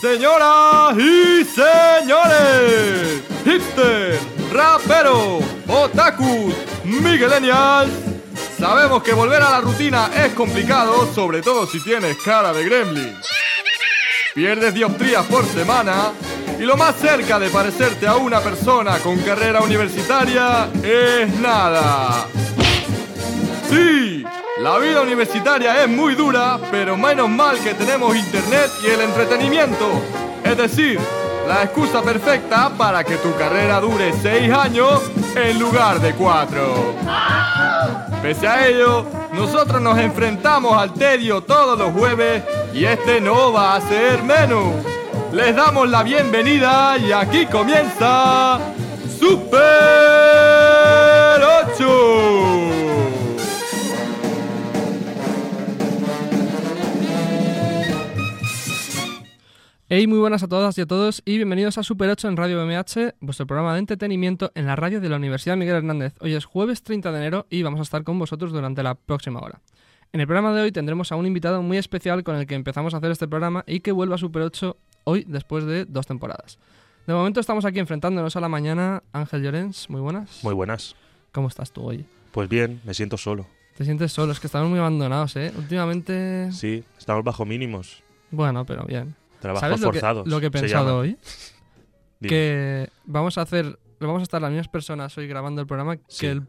Señoras y señores, hipster, rapero, otakus, miguelenials, sabemos que volver a la rutina es complicado, sobre todo si tienes cara de gremlin. Pierdes dioptrías por semana y lo más cerca de parecerte a una persona con carrera universitaria es nada. Sí, la vida universitaria es muy dura, pero menos mal que tenemos internet y el entretenimiento. Es decir, la excusa perfecta para que tu carrera dure 6 años en lugar de 4. Pese a ello, nosotros nos enfrentamos al tedio todos los jueves y este no va a ser menos. Les damos la bienvenida y aquí comienza Super 8. Hey, muy buenas a todas y a todos y bienvenidos a Super 8 en Radio BMH, vuestro programa de entretenimiento en la radio de la Universidad Miguel Hernández. Hoy es jueves 30 de enero y vamos a estar con vosotros durante la próxima hora. En el programa de hoy tendremos a un invitado muy especial con el que empezamos a hacer este programa y que vuelve a Super 8 hoy después de dos temporadas. De momento estamos aquí enfrentándonos a la mañana. Ángel Llorens, muy buenas. Muy buenas. ¿Cómo estás tú hoy? Pues bien, me siento solo. Te sientes solo, es que estamos muy abandonados, ¿eh? Últimamente... Sí, estamos bajo mínimos. Bueno, pero bien. Trabajos ¿Sabes lo que- forzados. Lo que, he se pensado llama. hoy, Dime. que vamos a hacer, vamos a estar las mismas personas hoy grabando el programa Sí. que el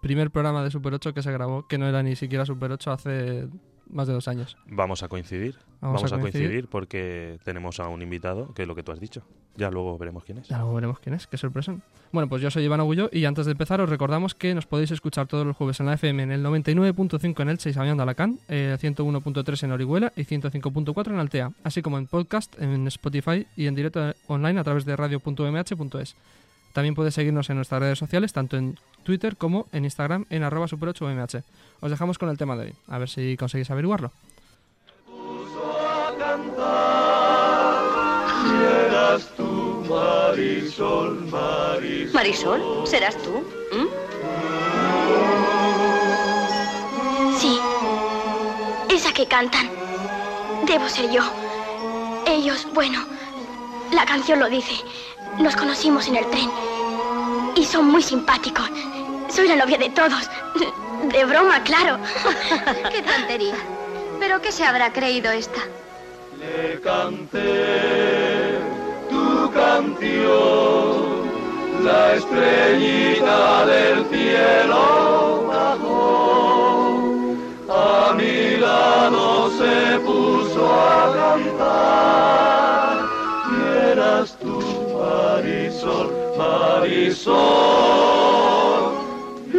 primer programa de Super 8 que se grabó, que no era ni siquiera Super 8 hace más de dos años. Vamos a coincidir. Vamos, a, coincidir. porque tenemos a un invitado, que es lo que tú has dicho. Ya luego veremos quién es. Ya luego veremos quién es, qué sorpresa. Bueno, pues yo soy Iván Agullo y antes de empezar os recordamos que nos podéis escuchar todos los jueves en la FM en el 99.5 en Elche y Sabián de Alacant, eh, 101.3 en Orihuela y 105.4 en Altea, así como en podcast, en Spotify y en directo online a través de radio.mh.es. También podéis seguirnos en nuestras redes sociales, tanto en Twitter como en Instagram en arroba super8mh. Os dejamos con el tema de hoy, a ver si conseguís averiguarlo. Marisol, ¿serás tú? ¿Mm? Sí, esa que cantan. Debo ser yo. Ellos, bueno, la canción lo dice. Nos conocimos en el tren. Y son muy simpáticos. Soy la novia de todos. De broma, claro. ¡Qué tontería! ¿Pero qué se habrá creído esta?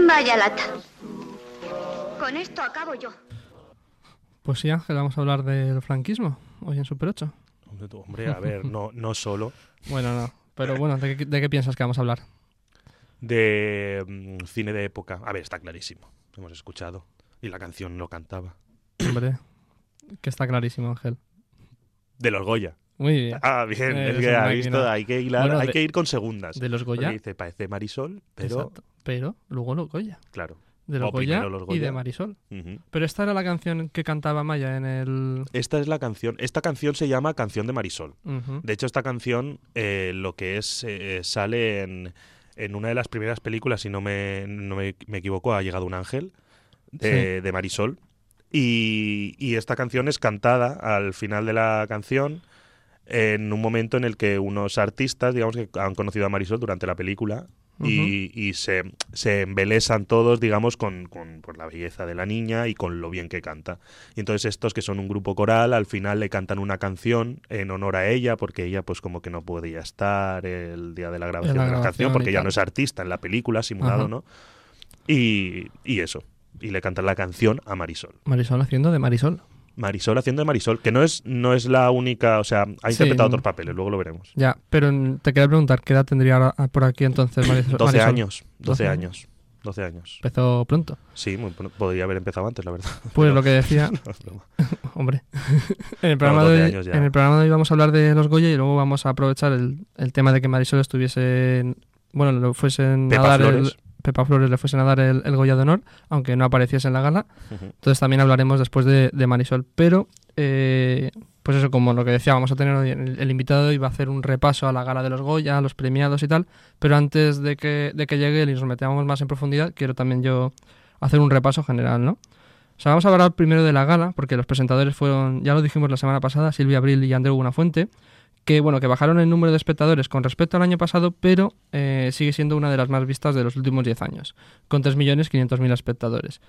Vaya lata. Con esto acabo yo. Pues sí, Ángel, vamos a hablar del franquismo hoy en Super 8. Hombre, tú- Hombre, a ver, no, no solo Bueno, no, pero bueno, ¿de qué- de qué piensas que vamos a hablar? de mm, cine de época. A ver, está clarísimo. Hemos escuchado. Y la canción lo cantaba. Hombre, que está clarísimo, Ángel. De los Goya. Muy bien. Ah, bien. Eres es que Eh, una ha máquina. visto, hay que, hilar- Bueno, hay de- que ir con segundas. De los Porque Goya. dice, parece Marisol, pero exacto. Pero luego los Goya. claro. De los O primero Goya, los y Goya. de Marisol. Ujú. Pero esta era la canción que cantaba Maya en el... Esta es la canción. Esta canción se llama Canción de Marisol. Ujú. De hecho, esta canción eh, lo que es eh, sale en, en una de las primeras películas, si no me, no me, me equivoco, ha llegado un ángel de, de Marisol. Y, y esta canción es cantada al final de la canción en un momento en el que unos artistas, digamos, que han conocido a Marisol durante la película y, y se, se embelesan todos, digamos, con, con por la belleza de la niña y con lo bien que canta. Y entonces estos que son un grupo coral, al final le cantan una canción en honor a ella, porque ella pues como que no podía estar el día de la grabación la de la grabación canción, y porque ya tal. no es artista en la película, simulado, Ajá. ¿no? Y, y eso. Y le cantan la canción a Marisol. Marisol haciendo de Marisol. Marisol haciendo de Marisol, que no es, no es la única, o sea, ha Sí. interpretado otros papeles, luego lo veremos. Ya, pero mm, te quería preguntar, ¿qué edad tendría ahora- ah, por aquí entonces Marisol? 12 Marisol? años, 12 ¿Doce años, 12 años. Empezó pronto. Sí, muy pronto. podría haber empezado antes, la verdad. Pues lo que decía, No, es broma. hombre, en el, programa 12 de hoy, años ya. en el programa de hoy vamos a hablar de los Goya y luego vamos a aprovechar el, el tema de que Marisol estuviese, en- bueno, lo fuesen a Pepa dar el, Flores. Pepa Flores le fuesen a dar el, el Goya de Honor, aunque no apareciese en la gala. Ujú. Entonces también hablaremos después de, de Marisol. Pero eh, pues eso, como lo que decía, vamos a tener hoy el, el invitado de hoy va a hacer un repaso a la gala de los Goya, a los premiados y tal, pero antes de que, de que llegue él y nos metamos más en profundidad, quiero también yo hacer un repaso general, ¿no? O sea, vamos a hablar primero de la gala, porque los presentadores fueron, ya lo dijimos la semana pasada, Silvia Abril y Andreu Buenafuente, que bueno, que bajaron el número de espectadores con respecto al año pasado, pero eh, sigue siendo una de las más vistas de los últimos 10 años, con 3.500.000 espectadores.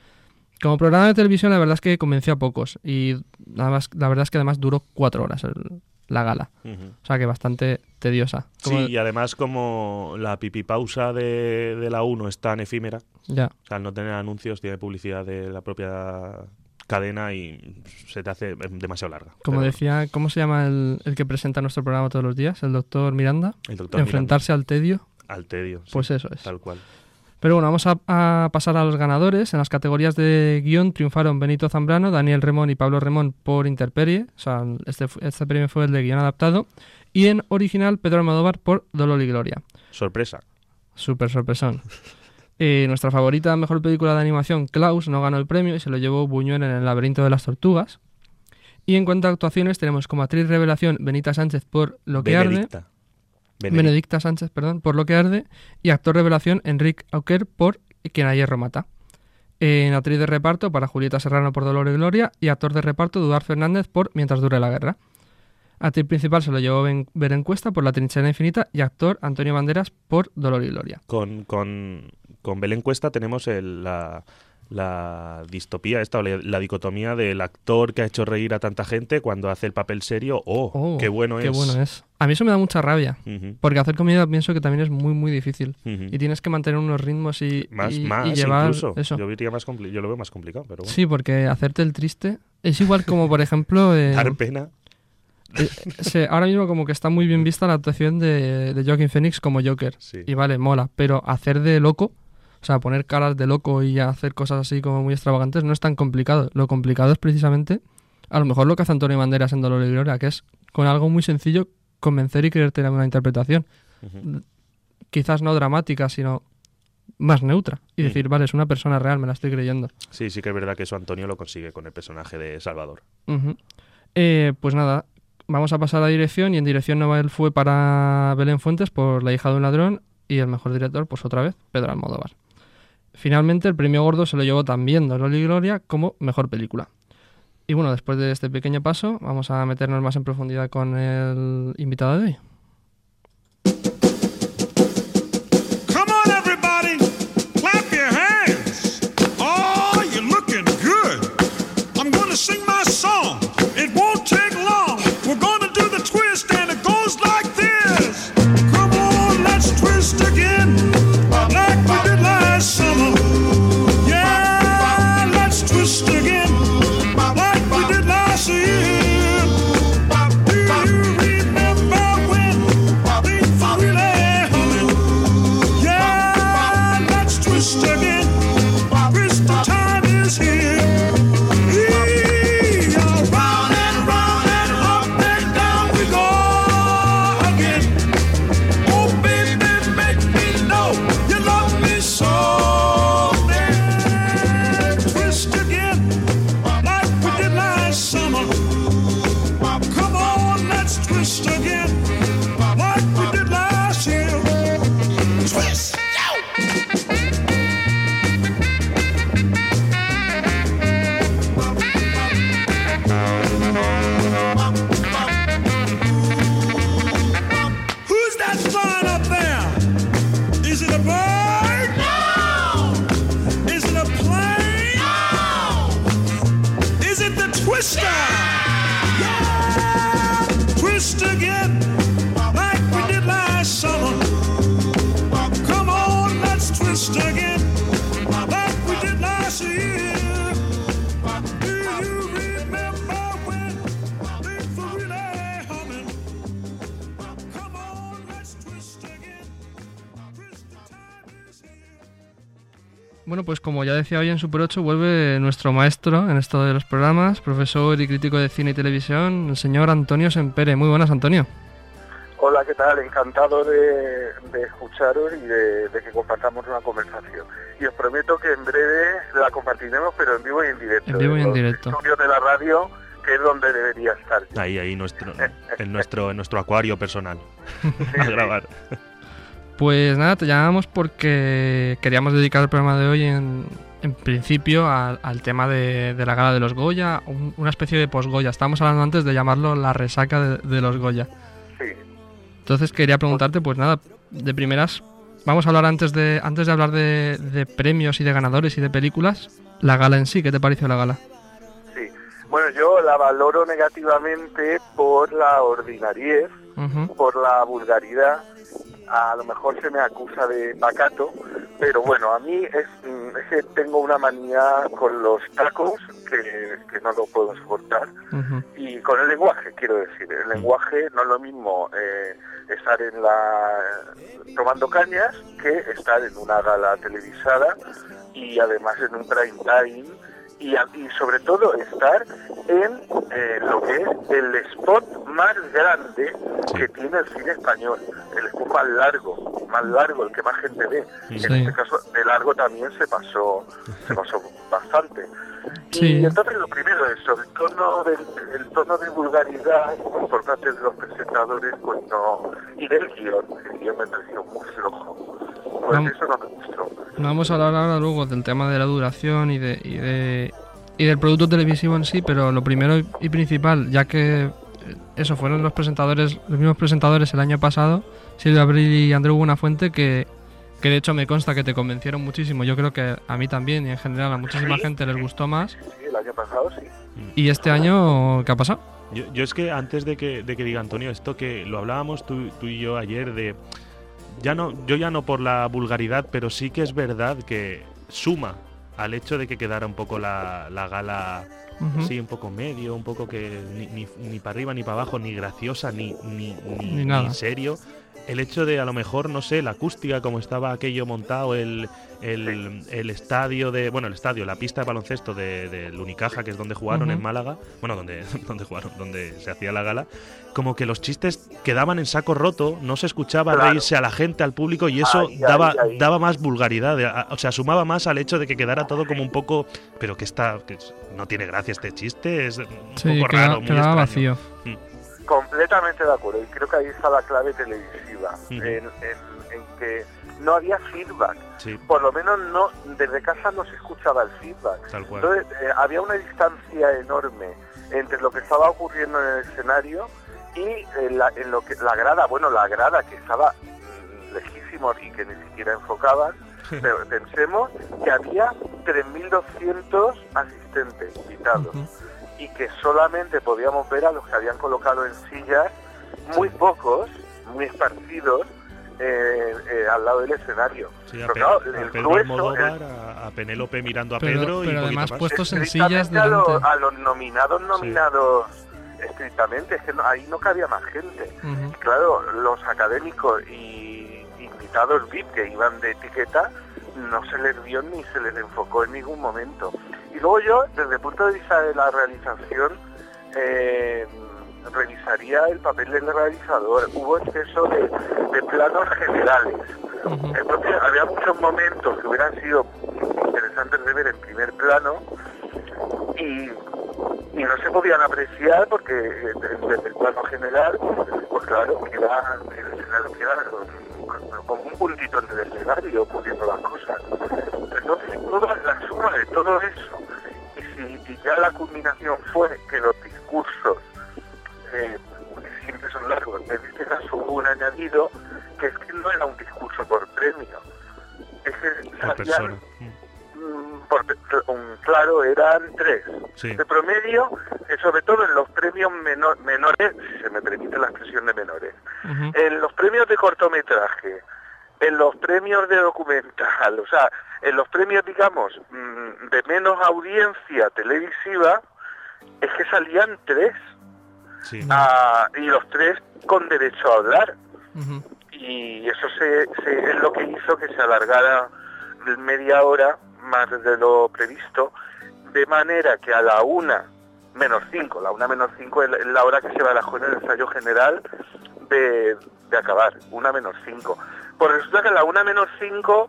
Como programa de televisión, la verdad es que convenció a pocos. Y nada más- la verdad es que además duró cuatro horas el- la gala. Ujú. O sea que bastante tediosa. Como- Sí, y además como la pipipausa de, de la 1 es tan efímera, o Ya, sea, al no tener anuncios, tiene publicidad de la propia cadena y se te hace eh, demasiado larga. como Pero decía, ¿cómo se llama el, el que presenta nuestro programa todos los días? El doctor Miranda. el doctor Enfrentarse al tedio. Miranda, al tedio. sí, Pues eso es. Tal cual. Pero bueno, vamos a, a pasar a los ganadores. En las categorías de guión triunfaron Benito Zambrano, Daniel Remón y Pablo Remón por Interperie. O sea, este, fu- este premio fue el de guión adaptado. Y en original, Pedro Almodóvar por Dolor y Gloria. Sorpresa. Súper sorpresón. Eh, nuestra favorita mejor película de animación, Klaus, no ganó el premio y se lo llevó Buñuel en El laberinto de las tortugas. Y en cuanto a actuaciones, tenemos como actriz revelación Benita Sánchez por Lo que arde. Benedicta. Benedic- Benedicta Sánchez, perdón, por Lo que arde, y actor revelación Enrique Auquer por Quien a hierro mata. En actriz de reparto para Julieta Serrano por Dolor y Gloria y actor de reparto Duarte Fernández por Mientras dure la guerra. Actriz principal se lo llevó Ben- Ver Encuesta por La trinchera infinita y actor Antonio Banderas por Dolor y Gloria. Con, con, con Belén Cuesta tenemos el- la, la distopía esta, o la, la dicotomía del actor que ha hecho reír a tanta gente cuando hace el papel serio. ¡Oh, Oh, qué bueno qué es! bueno es. A mí eso me da mucha rabia, Ujú, porque hacer comedia pienso que también es muy, muy difícil. ujú. Y tienes que mantener unos ritmos y, Mm. Más, y- y más llevar incluso. eso. Yo, diría más compli- yo lo veo más complicado, pero bueno. Sí, porque hacerte el triste es igual como, por ejemplo... eh, Dar pena. eh, se- ahora mismo como que está muy bien vista la actuación de, de Joaquin Phoenix como Joker. Sí. Y vale, mola, pero hacer de loco, o sea, poner caras de loco y hacer cosas así como muy extravagantes no es tan complicado. Lo complicado es precisamente, a lo mejor lo que hace Antonio Banderas en Dolor y Gloria, que es con algo muy sencillo convencer y creerte en una interpretación. Ujú. Quizás no dramática, sino más neutra. Y Mm. decir, vale, es una persona real, me la estoy creyendo. Sí, sí que es verdad que eso Antonio lo consigue con el personaje de Salvador. Ujú. Eh, pues nada, vamos a pasar a dirección y en dirección Nobel fue para Belén Fuentes por La hija de un ladrón y el mejor director, pues otra vez, Pedro Almodóvar. Finalmente el premio gordo se lo llevó también Dolor y Gloria como mejor película. Y bueno, después de este pequeño paso, vamos a meternos más en profundidad con el invitado de hoy. Come on, everybody. Clap your hands. Oh, you're looking good. I'm going to sing my song. It won't take long. We're going to do the twist, and it goes like this. Come on, let's twist again. Like we did last summer. Yeah, let's twist again. Like we did last year. Do you remember when things were really humming? Yeah, let's twist again. Twist the time is here. Eee, yeah, round and round and up and down we go again. Oh, baby, make me know you love me so. Then twist again, like we did last summer. Come on, let's twist again, like we did last year. Twist! Yo! Who's that flying up there? Is it a bird? No! Is it a plane? No! Is it the twister? Yeah! Twist again, like we did last summer. Come on, let's twist again, like we did last year. Do you remember when things were really humming? Come on, let's twist again. Twist the time is here. Bueno, pues como ya decía hoy en Super 8, vuelve nuestro maestro en esto de los programas, profesor y crítico de cine y televisión, el señor Antonio Sempere. Muy buenas, Antonio. Hola, ¿qué tal? Encantado de, de escucharos y de, de que compartamos una conversación. Y os prometo que en breve la compartiremos, pero en vivo y en directo. En vivo y en los directo. estudios de la radio, que que es donde debería estar. yo. Ahí, ahí, nuestro, en, nuestro, en nuestro acuario personal. a grabar. Pues nada, te llamamos porque queríamos dedicar el programa de hoy en, en principio al- al tema de, de la gala de los Goya, un- una especie de post-Goya. Estábamos hablando antes de llamarlo la resaca de, de los Goya. Sí. Entonces quería preguntarte, pues nada, de primeras, vamos a hablar antes de, antes de hablar de, de premios y de ganadores y de películas, la gala en sí, ¿qué te pareció la gala? Sí. Bueno, yo la valoro negativamente por la ordinariez, Ujú. por la vulgaridad. A lo mejor se me acusa de pacato, pero bueno, a mí es, mm, es que tengo una manía con los tacos que, que no lo puedo soportar Ujú. y con el lenguaje, quiero decir. El lenguaje no es lo mismo eh, estar en la tomando cañas que estar en una gala televisada y además en un prime time y, a- y sobre todo estar en eh, lo que es el spot más grande que tiene el cine español, el spot más largo, más largo, el que más gente ve. En Sí. este caso, de largo también se pasó, se pasó bastante. Sí. Y entonces lo primero es eso, el tono de, el tono de vulgaridad por parte de los presentadores pues no, y del guión, el guión me pareció muy flojo. Pues Vam- eso no me gustó. Vamos a hablar ahora luego del tema de la duración y de, y de y del producto televisivo en sí, pero lo primero y principal, ya que eh, eso fueron los presentadores, los mismos presentadores el año pasado, Silvia Abril y Andreu Buenafuente, que, que de hecho me consta que te convencieron muchísimo. Yo creo que a mí también y en general a muchísima Sí. gente les gustó más. Sí, el año pasado sí. Y este año, ¿qué ha pasado? Yo, yo es que antes de que, de que diga Antonio esto que lo hablábamos tú, tú y yo ayer de ya no yo ya no por la vulgaridad pero sí que es verdad que suma al hecho de que quedara un poco la, la gala Ujú. sí un poco medio un poco que ni, ni, para arriba ni para abajo ni graciosa ni ni, ni, Ni nada. ni serio el hecho de a lo mejor no sé la acústica como estaba aquello montado el, el, el estadio de bueno el estadio la pista de baloncesto de- del Unicaja que es donde jugaron Ujú. en Málaga bueno donde donde jugaron donde se hacía la gala como que los chistes quedaban en saco roto no se escuchaba Claro. reírse a la gente al público y eso Ahí, ahí, daba ahí. daba más vulgaridad de- a- o sea sumaba más al hecho de que quedara todo como un poco pero que está que es- no tiene gracia este chiste es un Sí, poco queda- raro muy quedaba extraño. vacío. Completamente de acuerdo, y creo que ahí está la clave televisiva, Ujú. en, en- en que no había feedback, sí por lo menos no desde casa no se escuchaba el feedback. tal cual Entonces eh, había una distancia enorme entre lo que estaba ocurriendo en el escenario y en, la, en lo que la grada, bueno, la grada que estaba mm, lejísimos y que ni siquiera enfocaban, pero pensemos que había 3.200 asistentes invitados Ujú. y que solamente podíamos ver a los que habían colocado en sillas, muy pocos, muy esparcidos, eh, eh, al lado del escenario. Sí, a, Pero Pe- claro, a el Pedro grueso, Almodóvar, a, a Penélope mirando a Pero- Pedro y pero un poquito además más. puesto- puestos en Estrictamente sillas a los- delante. A los, nominados, nominados estrictamente, es que no- ahí no cabía más gente. Ujú. Claro, los académicos y invitados VIP que iban de etiqueta no se les vio ni se les enfocó en ningún momento. Y luego yo, desde el punto de vista de la realización, eh, revisaría el papel del realizador. Hubo exceso de, de planos generales. Ujú. Entonces había muchos momentos que hubieran sido interesantes de ver en primer plano y, y no se podían apreciar porque eh, desde el plano general, pues claro, queda, el escenario queda con- con un puntito en el escenario ocurriendo las cosas. Entonces toda la suma de todo eso y si y ya la culminación fue que los discursos eh, que siempre son largos. En este caso hubo un añadido que es que no era un discurso por premio. Es que por hacían, persona. Mm. mm, por pe- un- claro, eran tres. Sí. De promedio, eh, sobre todo en los premios menor- menores, si se me permite la expresión de menores, Ujú. en los premios de cortometraje, en los premios de documental, o sea, en los premios, digamos, mm, de menos audiencia televisiva, es que salían tres. Sí. Ah, y los tres con derecho a hablar. Ujú. Y eso se, se- es lo que hizo que se alargara media hora más de lo previsto, de manera que a la una menos cinco, la una menos cinco es la- es la hora que se barajó en el ensayo general de, de acabar, una menos cinco. Pues resulta que a la una menos cinco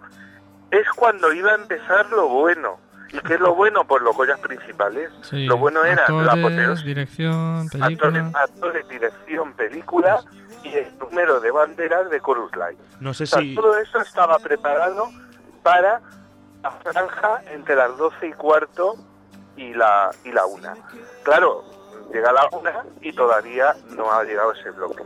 es cuando iba a empezar lo bueno. ¿Y qué es lo bueno? Pues los Goyas principales. Sí. Lo bueno era la Actores, posterior- dirección, actores, película. actores, dirección, película y el número de banderas de Chorus Line. No sé O sea, si. todo eso estaba preparado para la franja entre las 12 y cuarto y la, y la una. Claro, llega la una y todavía no ha llegado ese bloque.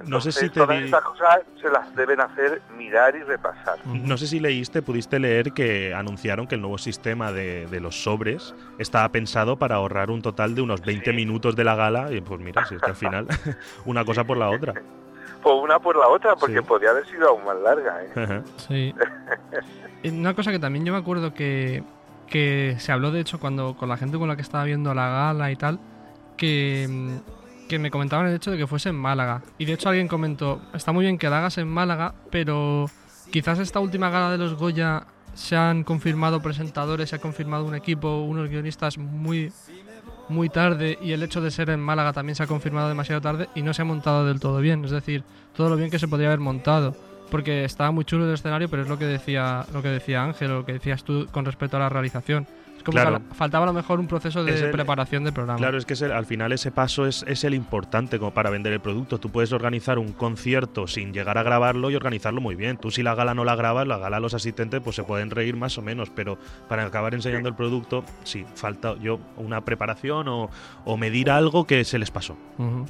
No sé Entonces, si te todas di- estas cosas se las deben hacer mirar y repasar. No sé si leíste, pudiste leer que anunciaron que el nuevo sistema de, de los sobres estaba pensado para ahorrar un total de unos 20 minutos de la gala. Y pues mira, si es que al final, una cosa por la otra. Por una por la otra, porque Sí. podría haber sido aún más larga. ¿eh? Ajá. Sí. Y Una cosa que también yo me acuerdo que, que se habló, de hecho, cuando con la gente con la que estaba viendo la gala y tal, que, mm, que me comentaban el hecho de que fuese en Málaga. Y de hecho alguien comentó, está muy bien que la hagas en Málaga, pero quizás esta última gala de los Goya se han confirmado presentadores, se ha confirmado un equipo, unos guionistas muy muy tarde y el hecho de ser en Málaga también se ha confirmado demasiado tarde y no se ha montado del todo bien, es decir, todo lo bien que se podría haber montado, porque estaba muy chulo el escenario, pero es lo que decía lo que decía Ángel o lo que decías tú con respecto a la realización. Es como Claro. que faltaba a lo mejor un proceso de Es el- preparación del programa. Claro, es que es el- al final ese paso es, es el importante como para vender el producto. Tú puedes organizar un concierto sin llegar a grabarlo y organizarlo muy bien. Tú si la gala no la grabas, la gala los asistentes pues se pueden reír más o menos, pero para acabar enseñando el producto, sí, falta yo una preparación o, o medir algo que se les pasó. Ujú.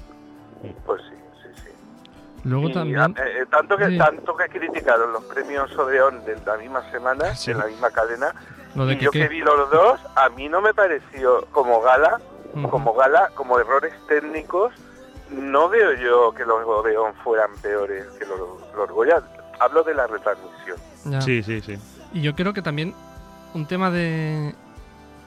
Pues sí, sí, sí. Luego Y, también ah, eh, eh, tanto, que, Sí. tanto que criticaron los premios Odeón de la misma semana, Sí. de la misma cadena, lo de eh, y que, yo que que- vi los dos, a mí no me pareció como gala, Ujú. como gala, como errores técnicos, no veo yo que los Odeón fueran peores que los, los Goya. Hablo de la retransmisión. ya. Sí, sí, sí. Y yo creo que también un tema de...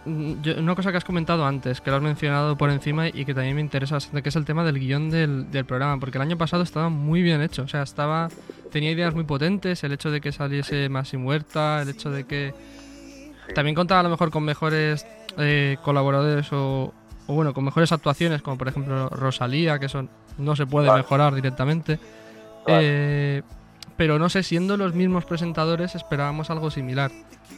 mm, yo- una cosa que has comentado antes, que lo has mencionado por encima y que también me interesa bastante, que es el tema del guión del, del programa, porque el año pasado estaba muy bien hecho, o sea, estaba tenía ideas muy potentes, el hecho de que saliese Maxim Huerta, el hecho de que Sí. también contaba a lo mejor con mejores eh, colaboradores o, o, bueno, con mejores actuaciones, como por ejemplo Rosalía, que son no se puede Vale. mejorar directamente. Vale. Eh, pero no sé, siendo los mismos presentadores esperábamos algo similar.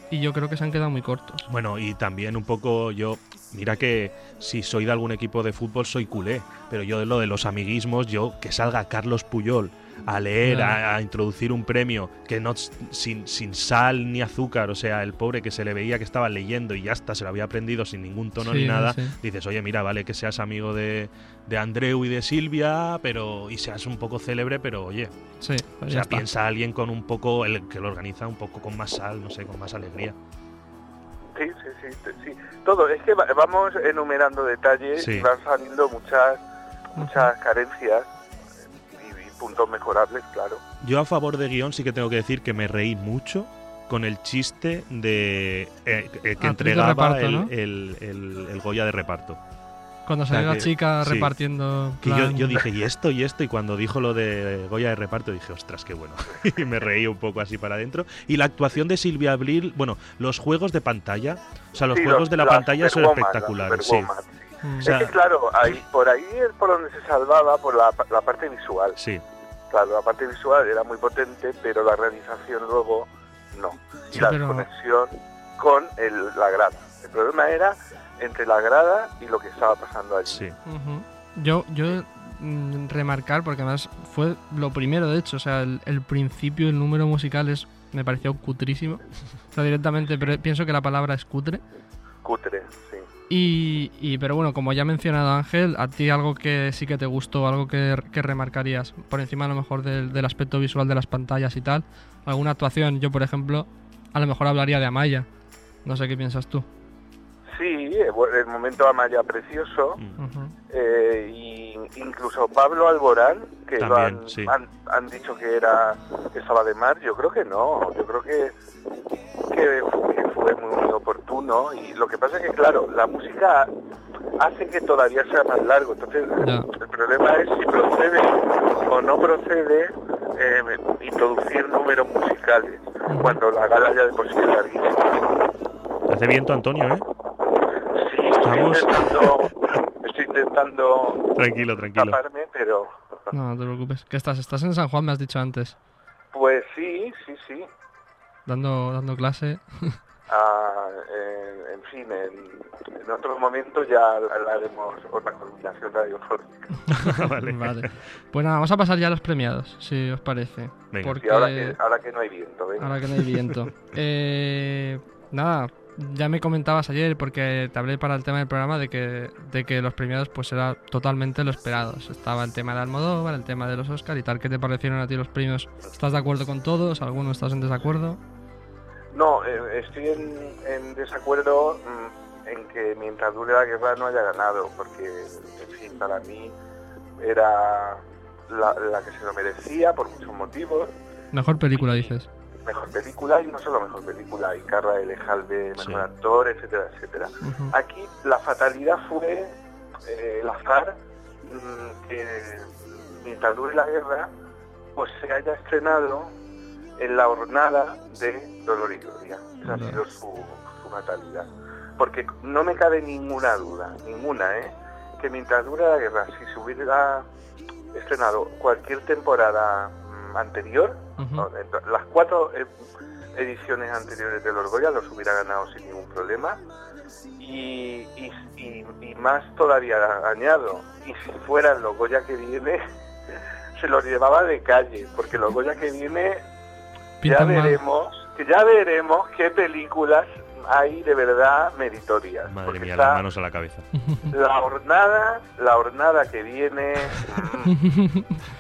Y yo creo que se han quedado muy cortos. Bueno, y también un poco yo, mira que si soy de algún equipo de fútbol soy culé, pero yo de lo de los amiguismos, yo que salga Carlos Puyol a leer, a, a introducir un premio, que no s- sin, sin sal ni azúcar, o sea, el pobre que se le veía que estaba leyendo y ya está, se lo había aprendido sin ningún tono Sí, ni nada, sí. dices, oye, mira, vale que seas amigo de, de Andreu y de Silvia, pero y seas un poco célebre, pero oye, Sí, o pues ya sea, está. piensa alguien con un poco, el que lo organiza un poco con más sal, no sé, con más alegría. Sí, sí, sí, sí, sí. Todo, es que va- vamos enumerando detalles Sí. y van saliendo muchas, muchas carencias y- y puntos mejorables, claro. Yo a favor de guión sí que tengo que decir que me reí mucho con el chiste de eh, eh, que Ah, de entregaba reparto, el, ¿no? el- el- el Goya de reparto. Cuando sea, salió la que- chica sí. repartiendo... Que yo, plan- yo dije, y esto, y esto, y cuando dijo lo de Goya de reparto dije, ostras, qué bueno. y me reí un poco así para adentro. Y la actuación de Silvia Abril, bueno, los juegos de pantalla, o sea, los Sí, juegos de la las pantalla son Superwoman, espectaculares, las sí. Superwoman, Mm. O sea- es que claro, ahí, por ahí es por donde se salvaba, por la, la parte visual. Sí, Claro, la parte visual era muy potente, pero la realización luego no. Y Sí, la pero- conexión con el- la grada. El problema era entre la grada y lo que estaba pasando allí. sí. Ujú. Yo, yo mm, remarcar, porque además fue lo primero, de hecho, o sea, el, el principio, el número musical es, me pareció cutrísimo. O sea, directamente, pero pienso que la palabra es cutre. Cutre, sí. Y, y- pero bueno, como ya ha mencionado Ángel, a ti algo que sí que te gustó, algo que, que remarcarías, por encima a lo mejor del, del aspecto visual de las pantallas y tal, alguna actuación, yo por ejemplo, a lo mejor hablaría de Amaya. No sé qué piensas tú. Sí, eh, bueno, el momento Amaya precioso. Mm. Ujú. eh, y incluso Pablo Alborán, que lo También, han, sí. han, han dicho que era que estaba de mar, yo creo que no, yo creo que, que, que fue muy oportuno y lo que pasa es que claro, la música hace que todavía sea más largo, entonces Ya. el problema es si procede o no procede eh, introducir números musicales cuando la gala ya de por sí es larguísima. Hace viento, Antonio, ¿eh? Sí, Estamos- estoy intentando, estoy intentando Tranquilo, tranquilo. taparme, pero... No, no te preocupes. ¿Qué estás? Estás en San Juan, me has dicho antes, Pues sí, sí, sí. dando, dando clase. a, en, Ah, eh, en fin, en, en otros momentos ya hablaremos otra combinación radiofónica. vale. Vale. Pues nada, vamos a pasar ya a los premiados, si os parece. Venga. Porque Y ahora que, ahora que no hay viento, venga. ahora que no hay viento. Eh, nada, ya me comentabas ayer, porque te hablé para el tema del programa, de que, de que los premiados pues era totalmente lo esperado. Estaba el tema de Almodóvar, el tema de los Oscar y tal. ¿Qué te parecieron a ti los premios? ¿Estás de acuerdo con todos? ¿Algunos estás en desacuerdo? No, eh, estoy en, en desacuerdo mm, en que mientras dure la guerra no haya ganado, porque, en fin, para mí era la, la que se lo merecía por muchos motivos. Mejor película, dices. Mejor película y no solo mejor película, y Carra de Lejalde, mejor Sí. actor, etcétera, etcétera. Ujú. Aquí la fatalidad fue eh, el azar mm, que mientras dure la guerra, pues se haya estrenado en la jornada de Dolor y Gloria. Esa ha Ya. sido su, su fatalidad. Porque no me cabe ninguna duda, ninguna, ¿eh? que mientras dure la guerra, si se hubiera estrenado cualquier temporada mm, anterior, Ujú. no, ento- las cuatro eh, ediciones anteriores del Orgoya los hubiera ganado sin ningún problema. Y, y, y- y más todavía añado, y si fuera el Goya que viene, se los llevaba de calle, porque el Goya que viene ya Pintan mal. veremos, que ya veremos qué películas hay de verdad meritorias. Madre porque mía, está las manos a la cabeza. la hornada, la hornada que viene, mm,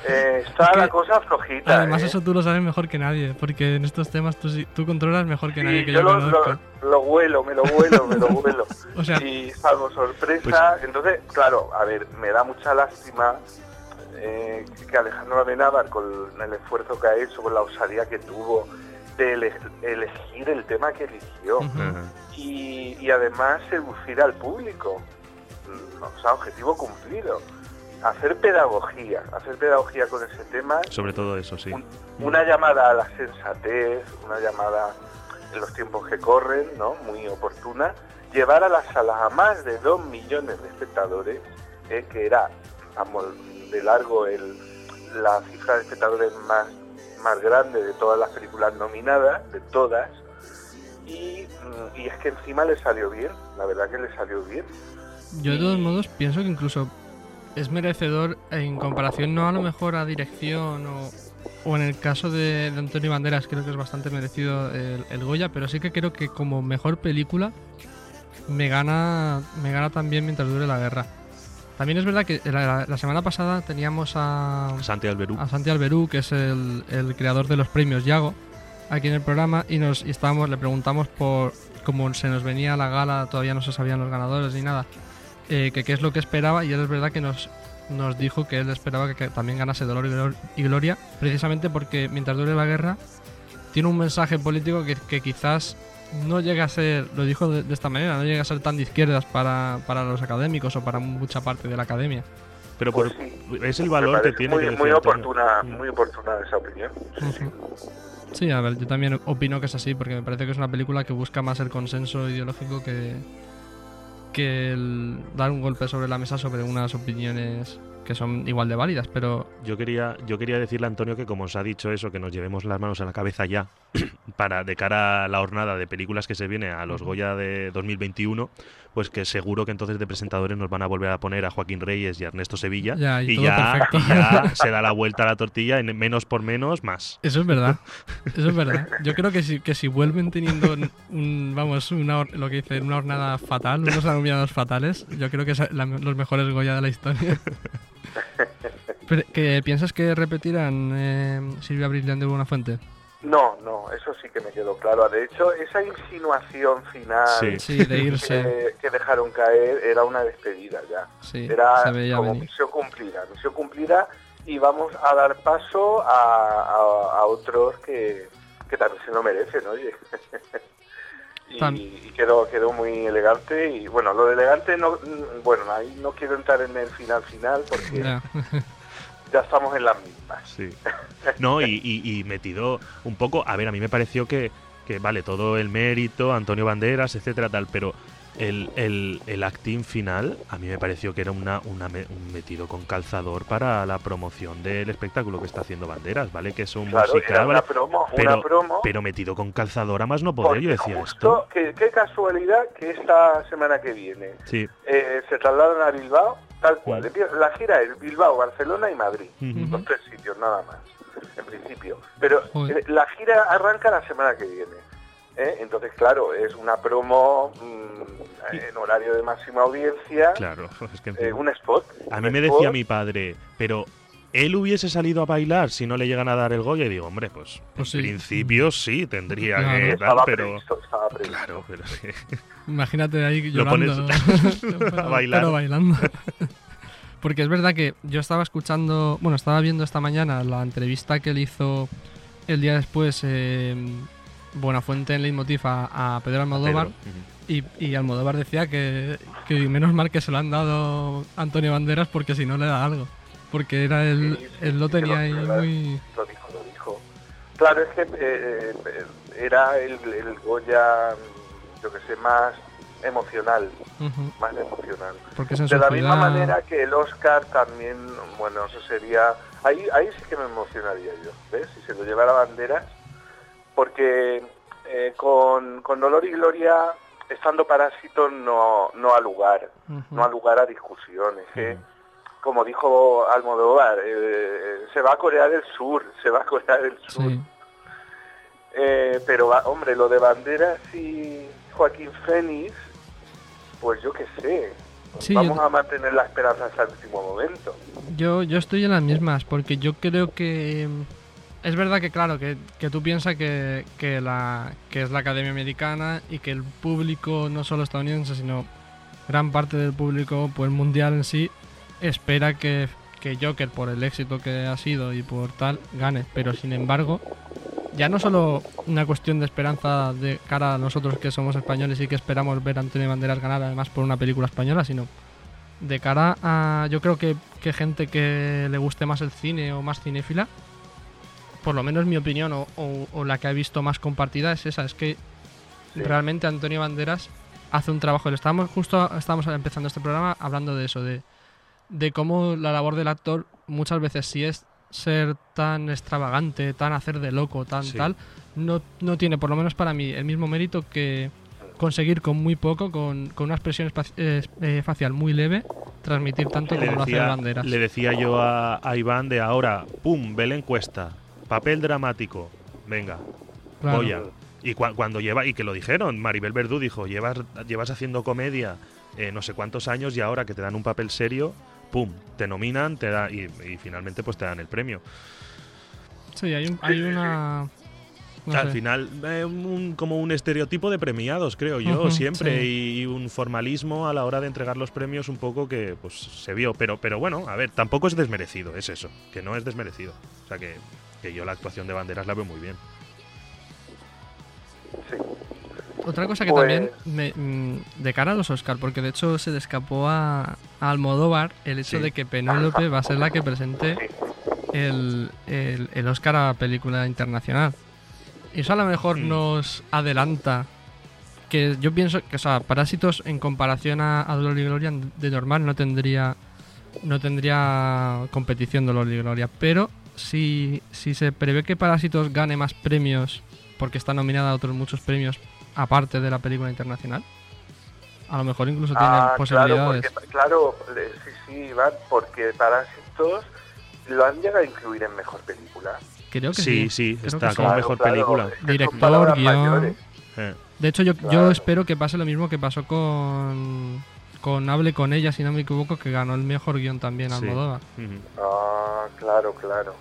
eh, está la cosa flojita. Además, ¿eh? eso tú lo sabes mejor que nadie, porque en estos temas tú, sí- tú controlas mejor que Sí, nadie que yo, yo, lo, conozco. lo, lo vuelo, me lo vuelo, me lo vuelo. O sea- pues- y salvo sorpresa, entonces, claro, a ver, me da mucha lástima eh, que Alejandro Amenábar, con el esfuerzo que ha hecho, con la osadía que tuvo de ele- elegir el tema que eligió Ajá. y, y además seducir al público. Mm, O sea, objetivo cumplido. Hacer pedagogía, hacer pedagogía con ese tema Sobre todo eso, sí. un- una llamada a la sensatez, una llamada en los tiempos que corren, ¿no? Muy oportuna. Llevar a las salas a más de dos millones de espectadores, eh, que era vamos, de largo el, la cifra de espectadores más, más grande de todas las películas nominadas, de todas. Y, mm, y es que encima le salió bien, la verdad que le salió bien. Yo de todos modos pienso que incluso es merecedor en comparación no a lo mejor a dirección o, o en el caso de, de Antonio Banderas creo que es bastante merecido el, el Goya, pero sí que creo que como mejor película me gana, me gana también mientras dure la guerra. También es verdad que la, la semana pasada teníamos a, Santi Alberú. a Santi Alberú, que es el, el creador de los premios Yago, aquí en el programa, y nos y estábamos, le preguntamos por como se nos venía la gala, todavía no se sabían los ganadores ni nada, eh, que qué es lo que esperaba, y él es verdad que nos, nos dijo que él esperaba que, que también ganase Dolor y Glor- y Gloria, precisamente porque mientras dure la guerra, tiene un mensaje político que, que quizás no llega a ser, lo dijo de, de esta manera, no llega a ser tan de izquierdas para, para los académicos o para mucha parte de la academia. Pero Pues por, es el Me valor que parece tiene. muy, que muy decía Antonio. oportuna, Mm. muy oportuna esa opinión. Sí, sí. Sí, a ver, yo también opino que es así, porque me parece que es una película que busca más el consenso ideológico que, que el dar un golpe sobre la mesa sobre unas opiniones que son igual de válidas, pero Yo quería, yo quería decirle a Antonio que como os ha dicho eso, que nos llevemos las manos a la cabeza ya para de cara a la hornada de películas que se viene a los Goya de 2021, pues que seguro que entonces de presentadores nos van a volver a poner a Joaquín Reyes y a Ernesto Sevilla Ya, y y, todo ya, perfecto. y ya se da la vuelta a la tortilla en menos por menos más. eso es verdad, eso es verdad. Yo creo que si, que si vuelven teniendo un, vamos, una, hor- lo que dice, una jornada fatal, unos anunciados fatales, yo creo que es la- los mejores Goya de la historia. Pero, ¿que ¿Piensas que repetirán eh, Silvia Brillán de Buenafuente? No, no, eso sí que me quedó claro. De hecho, esa insinuación final Sí. Sí, de irse. que, que dejaron caer era una despedida ya. Sí, Era se veía como venir. misión cumplida, misión cumplida y vamos a dar paso a, a- a otros que, que también se lo merecen, oye. y, Tam- y quedó, quedó muy elegante y bueno, lo de elegante no, mm, bueno, ahí no quiero entrar en el final final porque Ya. ya estamos en las mismas. Sí. No, y, y- y metido un poco. A ver, a mí me pareció que, que, vale, todo el mérito, Antonio Banderas, etcétera, tal, pero el, el- el acting final a mí me pareció que era una, una me- un metido con calzador para la promoción del espectáculo que está haciendo Banderas, ¿vale? Que es un Claro, musical, era una ¿vale? promo, Pero, una promo. pero metido con calzador a más no poder. porque Yo decía justo, esto. que- qué casualidad que esta semana que viene Sí. eh, se trasladan a Bilbao, tal cual. Sí. Empieza- La gira es Bilbao, Barcelona y Madrid. Ujú. Los tres sitios nada más, en principio. Pero Joder. eh, la gira arranca la semana que viene. ¿eh? Entonces, claro, es una promo mm, en horario de máxima audiencia, Claro, es que eh, encima- un spot. A un mí me spot. decía mi padre, pero él hubiese salido a bailar si no le llegan a dar el Goya. Y digo, hombre, pues, Pues en sí. principio sí, tendría Claro. que dar, Estaba pero... previsto, estaba previsto. Claro, pero sí. Imagínate ahí Lo llorando. pones a bailar. Pero bailando. Porque es verdad que yo estaba escuchando, bueno, estaba viendo esta mañana la entrevista que le hizo el día después eh, Buenafuente en Leitmotiv a, a Pedro Almodóvar. Pedro, ujú. Y, y Almodóvar decía que, que menos mal que se lo han dado Antonio Banderas porque si no le da algo. Porque era el, Sí, sí, él lo sí, que tenía ahí lo- muy... Lo dijo, lo dijo. Claro, es que eh, eh, era el, el Goya, yo que sé, más emocional, Ujú, más emocional. porque De la misma sensualidad- manera que el Oscar también, bueno, eso sería... Ahí, ahí sí que me emocionaría yo, ¿ves? Si se lo llevara banderas, porque eh, con, con Dolor y Gloria, estando parásito, no, no a lugar, Ujú. no a lugar a discusiones. que, Como dijo Almodóvar, eh, se va a Corea del Sur, se va a Corea del Sur. Sí. Eh, pero, va- hombre, lo de Banderas y Joaquín Fénix, pues yo qué sé. Sí, Vamos yo- a mantener la esperanza hasta el último momento. Yo, yo estoy en las mismas, porque yo creo que. Es verdad que, claro, que, que tú piensas que, que, la, que es la Academia Americana y que el público, no solo estadounidense, sino gran parte del público pues, mundial en sí, espera que, que Joker, por el éxito que ha sido y por tal, gane. Pero sin embargo, ya no solo una cuestión de esperanza de cara a nosotros que somos españoles y que esperamos ver a Antonio Banderas ganar, además por una película española, sino de cara a yo creo que, que gente que le guste más el cine o más cinéfila, por lo menos mi opinión o, o- o la que he visto más compartida es esa, es que Sí. realmente Antonio Banderas hace un trabajo, lo estábamos justo estamos empezando este programa hablando de eso, de, de cómo la labor del actor muchas veces si es ser tan extravagante, tan hacer de loco, tan Sí. tal, no, no tiene por lo menos para mí el mismo mérito que conseguir con muy poco, con, con una expresión espac- eh, eh, facial muy leve, transmitir tanto le como lo hace decía, Banderas. le decía yo a, a Iván de ahora, pum, ve la encuesta, papel dramático, venga, Claro. Goya. Y cua- cuando lleva, y que lo dijeron, Maribel Verdú dijo, llevas, llevas haciendo comedia eh, no sé cuántos años y ahora que te dan un papel serio, pum, te nominan, te da, y, y finalmente pues te dan el premio. Sí, hay, un- hay una... no Al sé. final, eh, un- como un estereotipo de premiados, creo yo, Ujú, siempre, y, y un formalismo a la hora de entregar los premios un poco que pues se vio. Pero, pero bueno, a ver, tampoco es desmerecido, es eso, que no es desmerecido. O sea que, que yo la actuación de Banderas la veo muy bien. Sí. Otra cosa que Pues- también, me- mm, de cara a los Oscar, porque de hecho se le escapó a, a Almodóvar el hecho Sí. de que Penélope va a ser la que presente el, el, el Oscar a película internacional. Y eso a lo mejor Mm. nos adelanta que yo pienso que, o sea, Parásitos en comparación a, a Dolor y Gloria de normal no tendría no tendría competición Dolor y Gloria, pero si, si se prevé que Parásitos gane más premios porque está nominada a otros muchos premios aparte de la película internacional, a lo mejor incluso tiene Ah, claro, posibilidades. porque, claro, le- sí, sí, Iván, porque Parásitos lo han llegado a incluir en Mejor Película. Creo que Sí, sí. sí, creo está que como Claro, mejor claro, película. es que son Director, palabras guión. mayores. Eh. De hecho, yo, yo Claro. espero que pase lo mismo que pasó con, con Hable con ella, si no me equivoco, que ganó el mejor guión también Sí. Almodóvar. Ujú. Ah, claro, claro.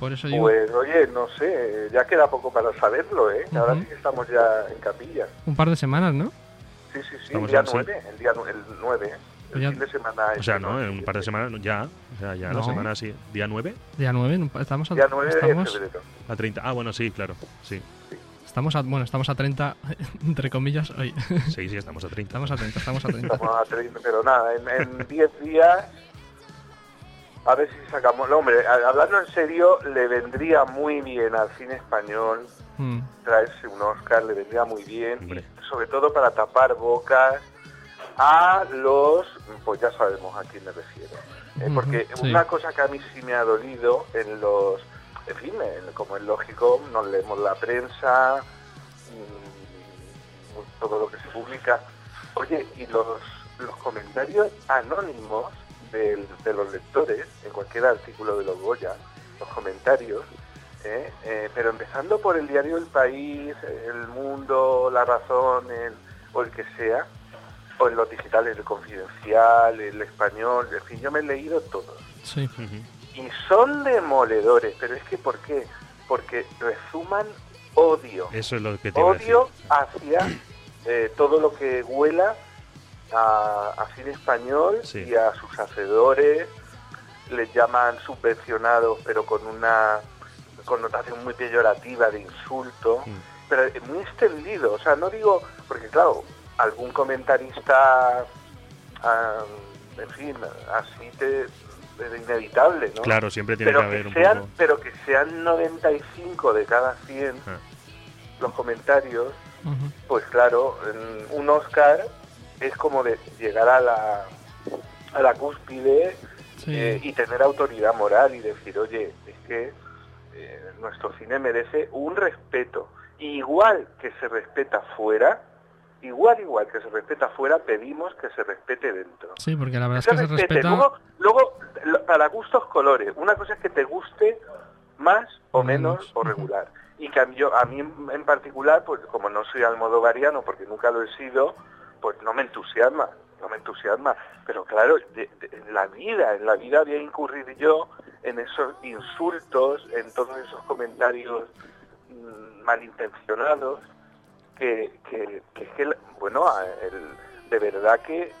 Por eso digo, Pues oye, no sé, ya queda poco para saberlo, ¿eh? Ahora Ujú. sí que estamos ya en capilla. un par de semanas, ¿no? Sí, sí, sí, el Estamos día en- sí. 9, el día nu- el 9, el Pues ya- fin de semana. O es- sea, ¿no? En un par de semanas, no, ya, o sea, ya No. la semana sí, día 9 Día 9, en un pa- estamos a, Día 9 de estamos, febrero. a 30. Ah, bueno, sí, claro, sí. estamos a, bueno, estamos a 30, entre comillas, hoy. Sí, sí, estamos a 30. Estamos a 30, estamos a 30. Estamos a 30, pero nada, en- en 10 días, a ver si sacamos... No, hombre, a- hablando en serio, le vendría muy bien al cine español Mm, traerse un Oscar, le vendría muy bien, Hombre. sobre todo para tapar bocas a los, pues ya sabemos a quién me refiero. Eh, Ujú, porque sí. una cosa que a mí sí me ha dolido en los, en fin, en- como es lógico, nos leemos la prensa, mm, todo lo que se publica. Oye, y los, los comentarios anónimos del- de los lectores, en cualquier artículo de los Goya, los comentarios, ¿eh? Eh, pero empezando por el diario El País, El Mundo, La Razón, el- o el que sea, o en Pues los digitales, el Confidencial, el Español, en fin, yo me he leído todos Sí. y son demoledores, pero es que ¿por qué? Porque resuman odio, Eso es lo que te iba a decir. odio hacia eh, todo lo que huela a, a cine español Sí. y a sus hacedores, les llaman subvencionados, pero con una connotación muy peyorativa de insulto, Mm. pero eh, muy extendido, o sea, no digo, porque claro, algún comentarista, ah, en fin, así te es inevitable, ¿no? Claro, siempre tiene que pero haber que, un sean, poco. pero que sean 95 de cada 100 Ah. los comentarios, Ujú. pues claro, en un Oscar es como de llegar a la, a la cúspide Sí. eh, y tener autoridad moral y decir, oye, es que eh, nuestro cine merece un respeto. Y igual que se respeta fuera, igual, igual que se respeta fuera, pedimos que se respete dentro Sí, porque la verdad es que se respete. respeta. Luego, luego, lo- para gustos colores. Una cosa es que te guste más o Menos, menos o ujú. regular. Y cambio, a mí en en particular, pues como no soy almodovariano, porque nunca lo he sido, pues no me entusiasma, no me entusiasma. Pero claro, de- de- en la vida, en la vida voy a incurrir yo en esos insultos, en todos esos comentarios mm, malintencionados que, que, que es que, el- bueno, a- el- de verdad que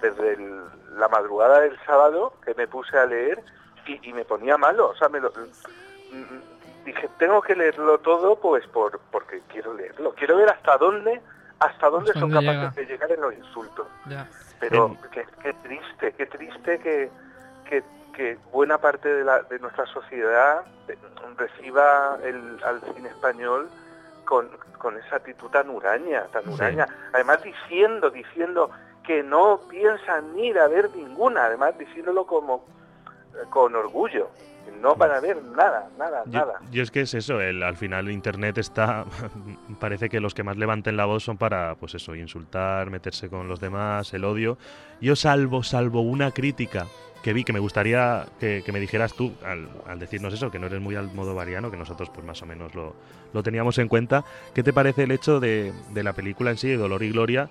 desde el- la madrugada del sábado que me puse a leer y, y me ponía malo, o sea, me lo, mm, mm, dije, tengo que leerlo todo pues por, porque quiero leerlo, quiero ver hasta dónde, hasta dónde Hasta son dónde capaces de llegar en los insultos. Ya. Pero En- qué, qué triste, qué triste que, que, que buena parte de, la, de nuestra sociedad eh, reciba el, al cine español con, con esa actitud tan huraña, tan Sí. huraña. Además diciendo, diciendo que no piensan ir a ver ninguna, además diciéndolo como eh, con orgullo. No van a ver nada, nada, Yo, nada. yo es que es eso, el, al final Internet está, parece que los que más levanten la voz son para, pues eso, insultar, meterse con los demás, el odio. Yo salvo, salvo una crítica que vi que me gustaría que, que me dijeras tú al, al decirnos eso, que no eres muy al modo variano, que nosotros pues más o menos lo, lo teníamos en cuenta. ¿Qué te parece el hecho de, de la película en sí, de Dolor y Gloria?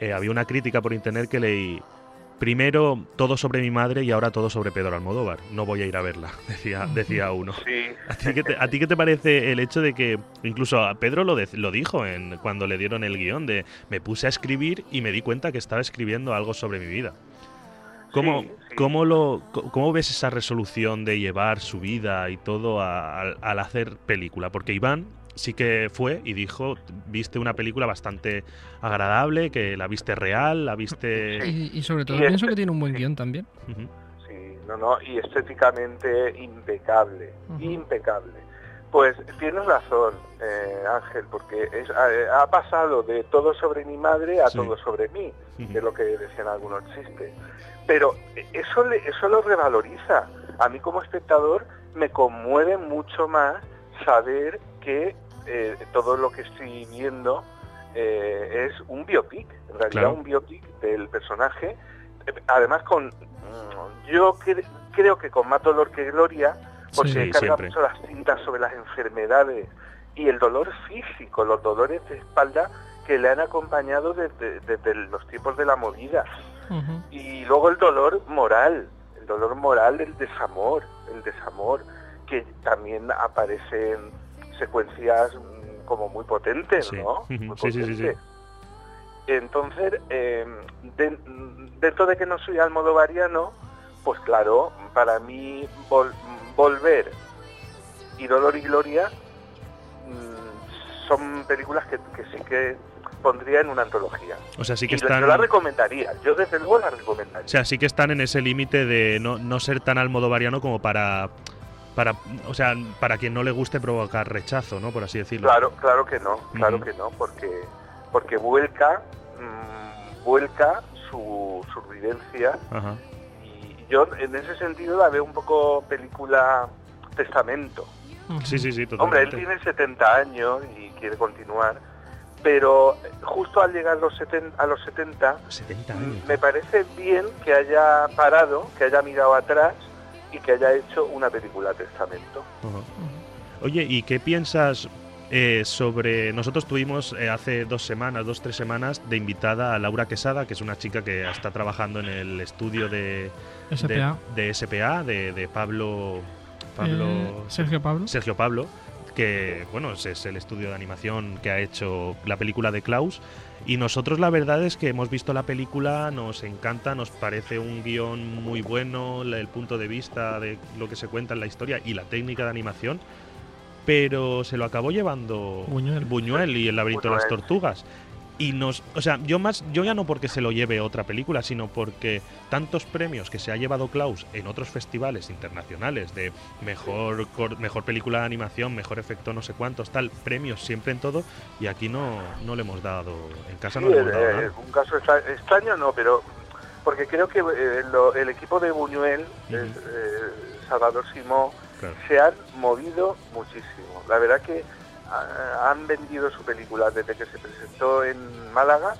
Eh, había una crítica por internet que leí, primero todo sobre mi madre y ahora todo sobre Pedro Almodóvar. No voy a ir a verla, decía, decía uno. Sí, ¿A ti, qué te, a ti qué te parece el hecho de que, incluso a Pedro lo, de- lo dijo en, cuando le dieron el guión, de me puse a escribir y me di cuenta que estaba escribiendo algo sobre mi vida? ¿Cómo, Sí, sí. cómo lo, co- cómo ves esa resolución de llevar su vida y todo a- al- al hacer película? Porque Iván sí que fue y dijo, viste una película bastante agradable, que la viste real, la viste... Y, y sobre todo Y este- pienso que tiene un buen sí. guión también. Ujú. Sí, no, no, y estéticamente impecable, Ujú. impecable. Pues tienes razón, eh, Ángel, porque es- ha, ha pasado de todo sobre mi madre a Sí. todo sobre mí, Ujú. que es lo que decían algunos chistes. Pero eso, le- eso lo revaloriza. A mí como espectador me conmueve mucho más saber que eh, todo lo que estoy viendo eh, es un biopic, en realidad Claro. un biopic del personaje, eh, además con mm, yo cre- creo que con más dolor que gloria, porque Sí, carga siempre. mucho las cintas sobre las enfermedades y el dolor físico, los dolores de espalda que le han acompañado desde, desde los tiempos de la movida. Ujú. Y luego el dolor moral, el dolor moral del desamor, el desamor, que también aparece en secuencias mm, como muy potentes, Sí. ¿no? Muy Sí, sí, sí, sí. potentes. Entonces, eh, de- dentro de que no soy almodovariano, pues claro, para mí vol- volver y Dolor y Gloria mm, son películas que, que sí que pondría en una antología. O sea, sí que Y la- están... Yo la recomendaría, yo desde luego la recomendaría. O sea, sí que están en ese límite de no, no ser tan almodovariano como para, para. O sea, para quien no le guste provocar rechazo, ¿no? Por así decirlo. claro, claro que no, claro Ujú. que no, porque porque vuelca mm, vuelca su su, su vivencia. Ajá. Y yo en ese sentido la veo un poco película testamento. Sí, sí, sí, totalmente. Hombre, él tiene 70 años y quiere continuar, pero justo al llegar los seten- a los 70 70 años. Mm, Me parece bien que haya parado, que haya mirado atrás y que haya hecho una película testamento. Ajá. Oye, ¿y qué piensas eh, sobre... Nosotros tuvimos eh, hace dos semanas, dos, tres semanas, de invitada a Laura Quesada, que es una chica que está trabajando en el estudio de SPA. de, de SPA, de, de Pablo... Pablo Eh, Sergio Pablo. Sergio Pablo, que bueno, es, es el estudio de animación que ha hecho la película de Klaus. Y nosotros la verdad es que hemos visto la película, nos encanta, nos parece un guión muy bueno, la- el punto de vista de lo que se cuenta en la historia y la técnica de animación, pero se lo acabó llevando Buñuel. Buñuel y el laberinto de las Buñuel. tortugas. Y nos, o sea, yo más, yo ya no porque se lo lleve otra película, sino porque tantos premios que se ha llevado Klaus en otros festivales internacionales de mejor cor- mejor película de animación, mejor efecto no sé cuántos, tal, premios siempre en todo y aquí no no le hemos dado en casa no Sí, le hemos dado eh, nada. un caso extra- extraño no, pero porque creo que eh, lo- el equipo de Buñuel, el, Ujú. eh, Salvador Simón, Claro. se han movido muchísimo. La verdad que ah, han vendido su película desde que se presentó en Málaga,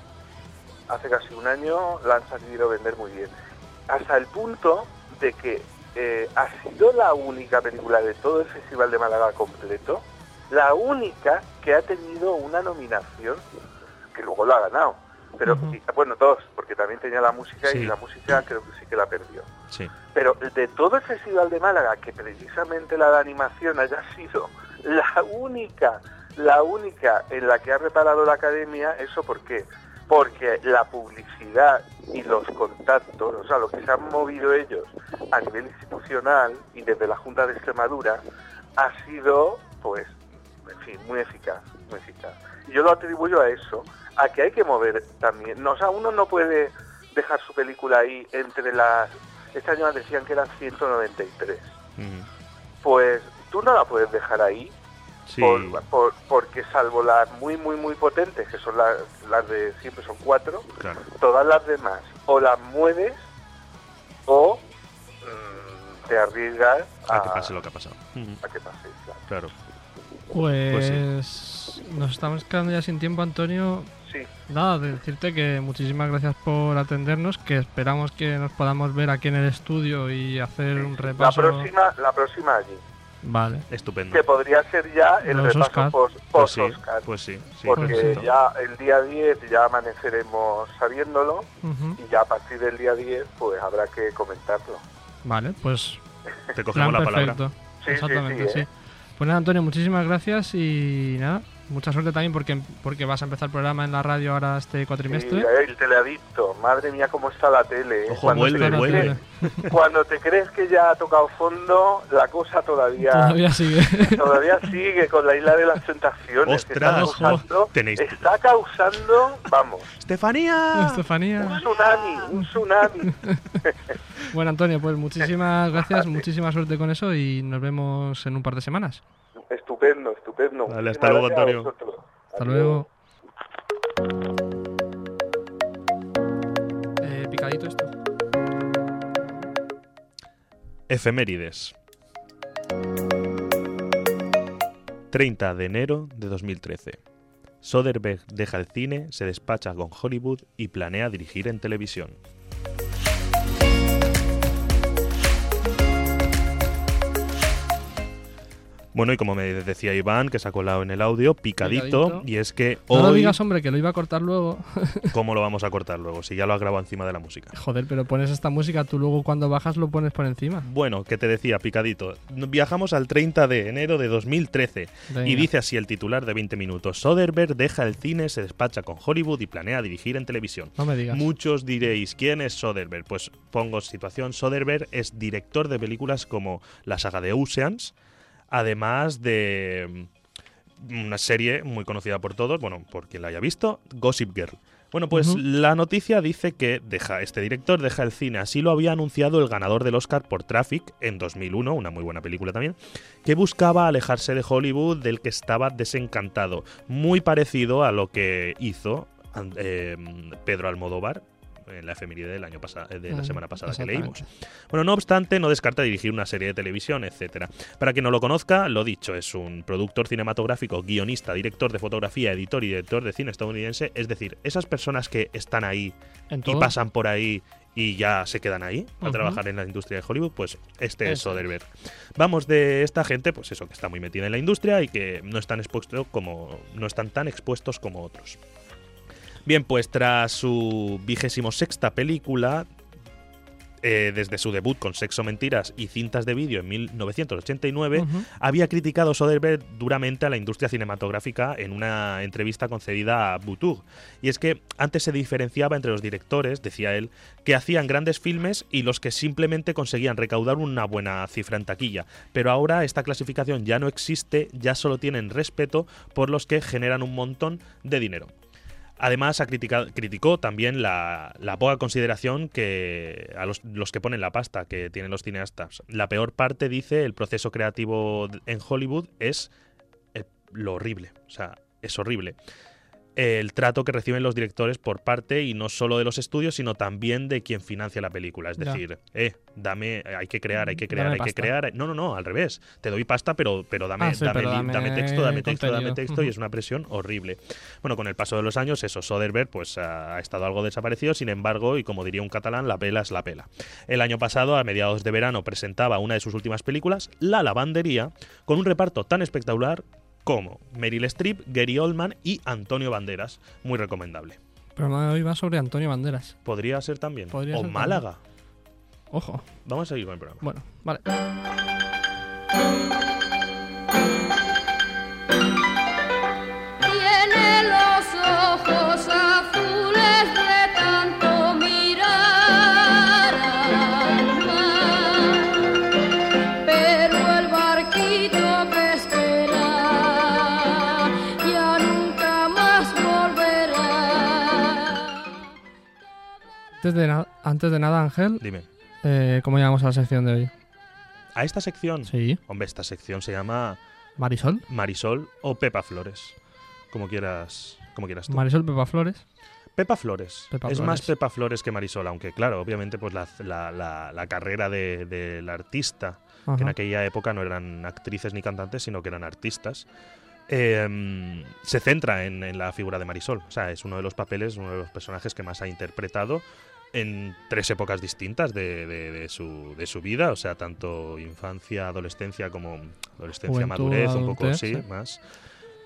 hace casi un año, la han sabido vender muy bien. Hasta el punto de que eh, ha sido la única película de todo el Festival de Málaga completo, la única que ha tenido una nominación, que luego la ha ganado. Pero, Ujú. y- bueno, dos, porque también tenía la música Sí. y la música creo que sí que la perdió. Sí. Pero de todo el Festival de Málaga, que precisamente la de animación haya sido la única, la única en la que ha reparado la academia, ¿eso por qué? Porque la publicidad y los contactos, o sea, lo que se han movido ellos a nivel institucional y desde la Junta de Extremadura, ha sido, pues, en fin, muy eficaz, muy eficaz. Y yo lo atribuyo a eso, a que hay que mover también. No, o sea, uno no puede dejar su película ahí entre las... Este año nos decían que eran 193. Ujú. Pues tú no la puedes dejar ahí, Sí. por- por- porque salvo las muy, muy, muy potentes, que son las, las de siempre son cuatro, Claro. todas las demás o las mueves o mm, te arriesgas a, A que pase lo que ha pasado. Ujú. a que pase, claro. Claro. Pues, Pues nos estamos quedando ya sin tiempo, Antonio. Sí, Nada, de decirte que muchísimas gracias por atendernos, que esperamos que nos podamos ver aquí en el estudio y hacer un la repaso. próxima, la próxima allí. Vale. Estupendo. que podría ser ya el Los Oscar. repaso post, Pues sí, Oscar. pues sí, sí, porque perfecto. ya el día 10 ya amaneceremos sabiéndolo Ujú. y ya a partir del día 10 pues habrá que comentarlo. Vale, pues te plan cogemos la palabra. perfecto. Sí, sí, Exactamente, sí, sí. eh. Pues nada, Antonio, muchísimas gracias y nada, mucha suerte también porque, porque vas a empezar el programa en la radio ahora este Y cuatrimestre. el teleadicto, madre mía cómo está la tele. ¿eh? Ojo, cuando, vuelve, te Está la vuelve. tele. crees, cuando te crees que ya ha tocado fondo, la cosa todavía Todavía sigue. todavía sigue con la isla de las tentaciones. que está Ostras, causando, tenéis- está causando, vamos, Estefanía. un Estefanía. tsunami, un tsunami. Bueno, Antonio, pues muchísimas gracias, muchísima suerte con eso y nos vemos en un par de semanas. Estupendo, estupendo. Vale, hasta luego, Muchísimas Antonio. gracias a vosotros. Hasta Adiós. luego. Eh, picadito esto. Efemérides. 30 de enero de 2013. Soderbergh deja el cine, se despacha con Hollywood y planea dirigir en televisión. Bueno, y como me decía Iván, que se ha colado en el audio, picadito, Picadito. y es que No lo hoy... digas, hombre, que lo iba a cortar luego. ¿Cómo lo vamos a cortar luego? Si ya lo has grabado encima de la música. Joder, pero pones esta música, tú luego cuando bajas lo pones por encima. Bueno, que te decía, picadito. Viajamos al 30 de enero de 2013 y Venga. dice así el titular de 20 minutos. Soderbergh deja el cine, se despacha con Hollywood y planea dirigir en televisión. No me digas. Muchos diréis, ¿quién es Soderbergh? Pues pongo situación, Soderbergh es director de películas como la saga de Oceans, además de mm, una serie muy conocida por todos, bueno, por quien la haya visto, Gossip Girl. Bueno, pues Ujú. la noticia dice que deja este director deja el cine, así lo había anunciado el ganador del Oscar por Traffic en 2001, una muy buena película también, que buscaba alejarse de Hollywood del que estaba desencantado, muy parecido a lo que hizo and- eh, Pedro Almodóvar en la efeméride del año pasado, de la Mm, semana pasada que exactamente. leímos. Bueno, no obstante, no descarta dirigir una serie de televisión, etcétera. Para quien no lo conozca, lo dicho, es un productor cinematográfico, guionista, director de fotografía, editor y director de cine estadounidense. Es decir, esas personas que están ahí En y todo. pasan por ahí y ya se quedan ahí a Ujú. trabajar en la industria de Hollywood, pues este es Eso es. Soderbergh. Vamos de esta gente, pues eso, que está muy metida en la industria y que no están expuestos como no están tan expuestos como otros. Bien, pues tras su vigésimo sexta película, eh, desde su debut con Sexo, Mentiras y cintas de vídeo en 1989, Ujú. había criticado Soderbergh duramente a la industria cinematográfica en una entrevista concedida a Boutour. Y es que antes se diferenciaba entre los directores, decía él, que hacían grandes filmes y los que simplemente conseguían recaudar una buena cifra en taquilla. Pero ahora esta clasificación ya no existe, ya solo tienen respeto por los que generan un montón de dinero. Además, ha critica- criticó también la, la poca consideración que a los, los que ponen la pasta que tienen los cineastas. La peor parte, dice, el proceso creativo d- en Hollywood es eh, lo horrible. O sea, es horrible. El trato que reciben los directores por parte, y no solo de los estudios, sino también de quien financia la película. Es Ya. Mm, decir, eh, dame, hay que crear, hay que crear, Dame hay que pasta. crear. No, no, no, al revés. Te doy pasta, pero, pero dame, Ah, sí, dame, pero li- dame dame texto, dame texto, dame contenido. texto, y Ujú. es una presión horrible. Bueno, con el paso de los años, eso, Soderbergh pues, ha ha estado algo desaparecido, sin embargo, y como diría un catalán, la pela es la pela. El año pasado, a mediados de verano, presentaba una de sus últimas películas, La Lavandería, con un reparto tan espectacular como Meryl Streep, Gary Oldman y Antonio Banderas. Muy recomendable. El programa de hoy va sobre Antonio Banderas. Podría ser también. Podría o ser Málaga. Ojo. Vamos a seguir con el programa. Bueno, vale. Tiene los ojos azules de tanto mirar al mar, pero el barquito que espera ya nunca más volverá. Antes de, na- antes de nada, Ángel, Dime, eh, ¿cómo llegamos a la sección de hoy? ¿a esta sección? Sí. Hombre, esta sección se llama Marisol. Marisol o Pepa Flores. Como quieras, como quieras tú. Marisol Pepa Flores. Pepa Flores. Pepa es Flores. más Pepa Flores que Marisol, aunque claro, obviamente pues la, la- la- la carrera de- del artista, que en Ajá. aquella época no eran actrices ni cantantes, sino que eran artistas, eh, se centra en, en la figura de Marisol. O sea, es uno de los papeles, uno de los personajes que más ha interpretado en tres épocas distintas de, de- de su, de su vida, o sea, tanto infancia, adolescencia como adolescencia, Juventud, madurez, un poco adultez, sí, sí. más.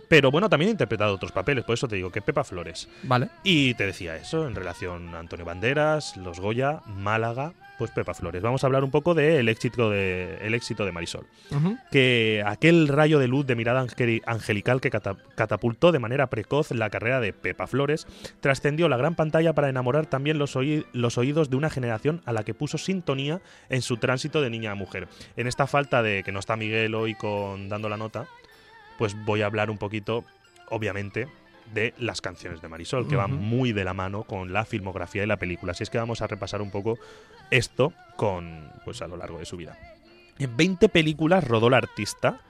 Pero bueno, también ha interpretado otros papeles, por eso te digo que Pepa Flores. Vale. Y te decía eso en relación a Antonio Banderas, Los Goya, Málaga, pues Pepa Flores. Vamos a hablar un poco del éxito de, el éxito de Marisol. Ujú. Que aquel rayo de luz de mirada angeli- angelical que cata- catapultó de manera precoz la carrera de Pepa Flores trascendió la gran pantalla para enamorar también los, oí- los oídos de una generación a la que puso sintonía en su tránsito de niña a mujer. En esta falta de que no está Miguel hoy con dando la nota, pues voy a hablar un poquito, obviamente, de las canciones de Marisol, que van Ujú. muy de la mano con la filmografía y la película. Así es que vamos a repasar un poco esto con pues a lo largo de su vida. En 20 películas rodó la artista,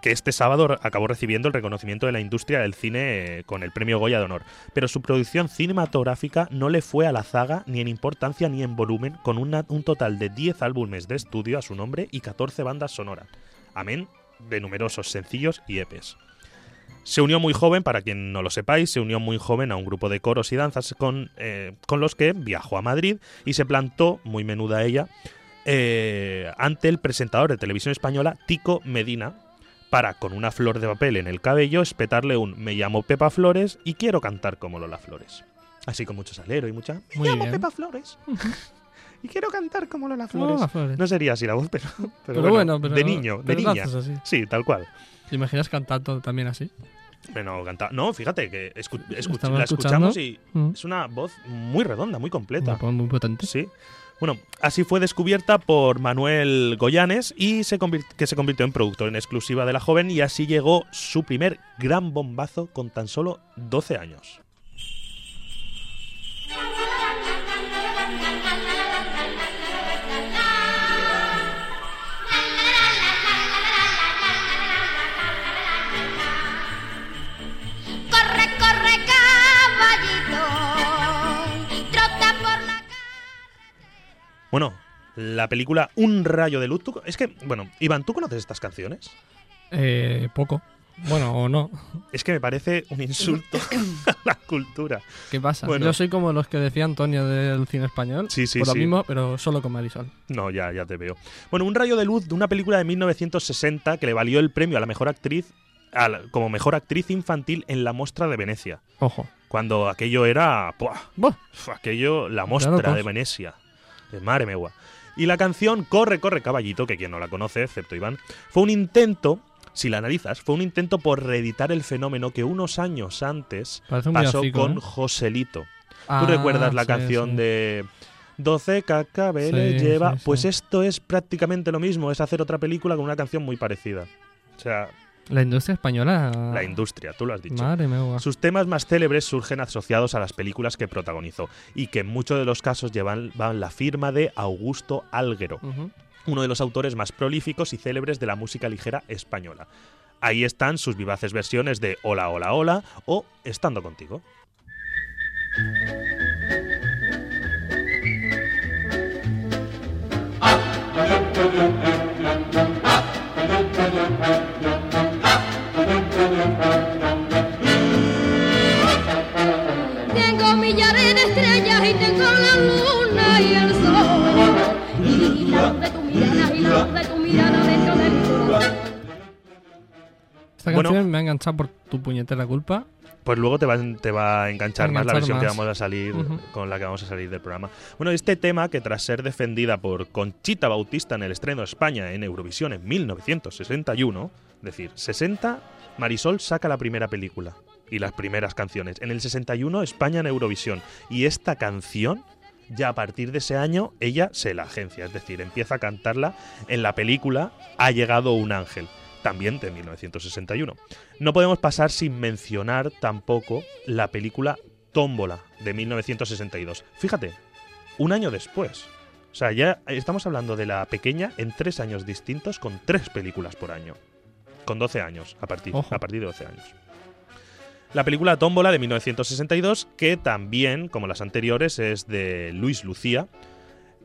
que este sábado re- acabó recibiendo el reconocimiento de la industria del cine eh, con el premio Goya de Honor. Pero su producción cinematográfica no le fue a la zaga ni en importancia ni en volumen, con una- un total de 10 álbumes de estudio a su nombre y 14 bandas sonoras. Amén de numerosos sencillos y EPs. Se unió muy joven, para quien no lo sepáis, se unió muy joven a un grupo de coros y danzas con, eh, con los que viajó a Madrid y se plantó, muy menuda ella, eh, ante el presentador de televisión española Tico Medina para, con una flor de papel en el cabello, espetarle un Me llamo Pepa Flores y quiero cantar como Lola Flores. Así con mucho salero y mucha Me Muy llamo bien. Pepa Flores y quiero cantar como Lola Flores. Flores. Flores. No sería así la voz, pero, pero, pero bueno, bueno, pero, de niño, de pero lo niña. haces así. Sí, tal cual. ¿Te imaginas cantando también así? Bueno, canta... No, fíjate que escu- escu- Estaba la escuchando. escuchamos y Mm. es una voz muy redonda, muy Una completa. voz muy potente. Sí. Bueno, así fue descubierta por Manuel Goyanes y se convir- que se convirtió en productor en exclusiva de la joven y así llegó su primer gran bombazo con tan solo 12 años. Corre, corre, caballito, trota, la película Un rayo de luz. Tú co- es que, bueno, Iván, ¿tú conoces estas canciones? Eh, poco. Bueno, o no. Es que me parece un insulto a la cultura. ¿Qué pasa? Bueno. Yo soy como los que decía Antonio del cine español. Sí, sí, por sí. lo mismo, pero solo con Marisol. No, ya, ya te veo. Bueno, un rayo de luz de una película de 1960 que le valió el premio a la mejor actriz a la- como mejor actriz infantil en la mostra de Venecia. Ojo. Cuando aquello era. ¡buah! Buah. Uf, aquello, la Claro, mostra de pues. Venecia. De madre megua. Y la canción Corre, corre, caballito, que quien no la conoce, excepto Iván, fue un intento, si la analizas, fue un intento por reeditar el fenómeno que unos años antes Parece un pasó villancico, con ¿eh? Joselito. Ah, ¿Tú recuerdas la sí, canción sí. de 12 cacabeles Sí, lleva? sí, sí. Pues esto es prácticamente lo mismo, es hacer otra película con una canción muy parecida. O sea, La industria española. la industria, tú lo has dicho. Ah. Madre mía. Sus temas más célebres surgen asociados a las películas que protagonizó y que en muchos de los casos llevan van la firma de Augusto Álguero, Ujú. uno de los autores más prolíficos y célebres de la música ligera española. Ahí están sus vivaces versiones de Hola, hola, hola o Estando contigo. Tengo millares de estrellas y tengo la luna y el sol. Y la luz de tu mirada y la luz de tu mirada dentro de mi corazón. Esta Bueno. canción me ha enganchado por tu puñetera culpa. Pues luego te va, te va a enganchar A más la enganchar versión que más. vamos a salir, Ujú. con la que vamos a salir del programa. Bueno, este tema que tras ser defendida por Conchita Bautista en el estreno de España en Eurovisión en 1961, es decir, 60, Marisol saca la primera película y las primeras canciones. En el 61, España en Eurovisión. Y esta canción, ya a partir de ese año, ella se la agencia, es decir, empieza a cantarla en la película Ha llegado un ángel, también de 1961. No podemos pasar sin mencionar tampoco la película Tómbola de 1962. Fíjate, un año después. O sea, ya estamos hablando de la pequeña en tres años distintos con tres películas por año. Con 12 años, a partir, Ojo. a partir de 12 años. La película Tómbola de 1962, que también, como las anteriores, es de Luis Lucía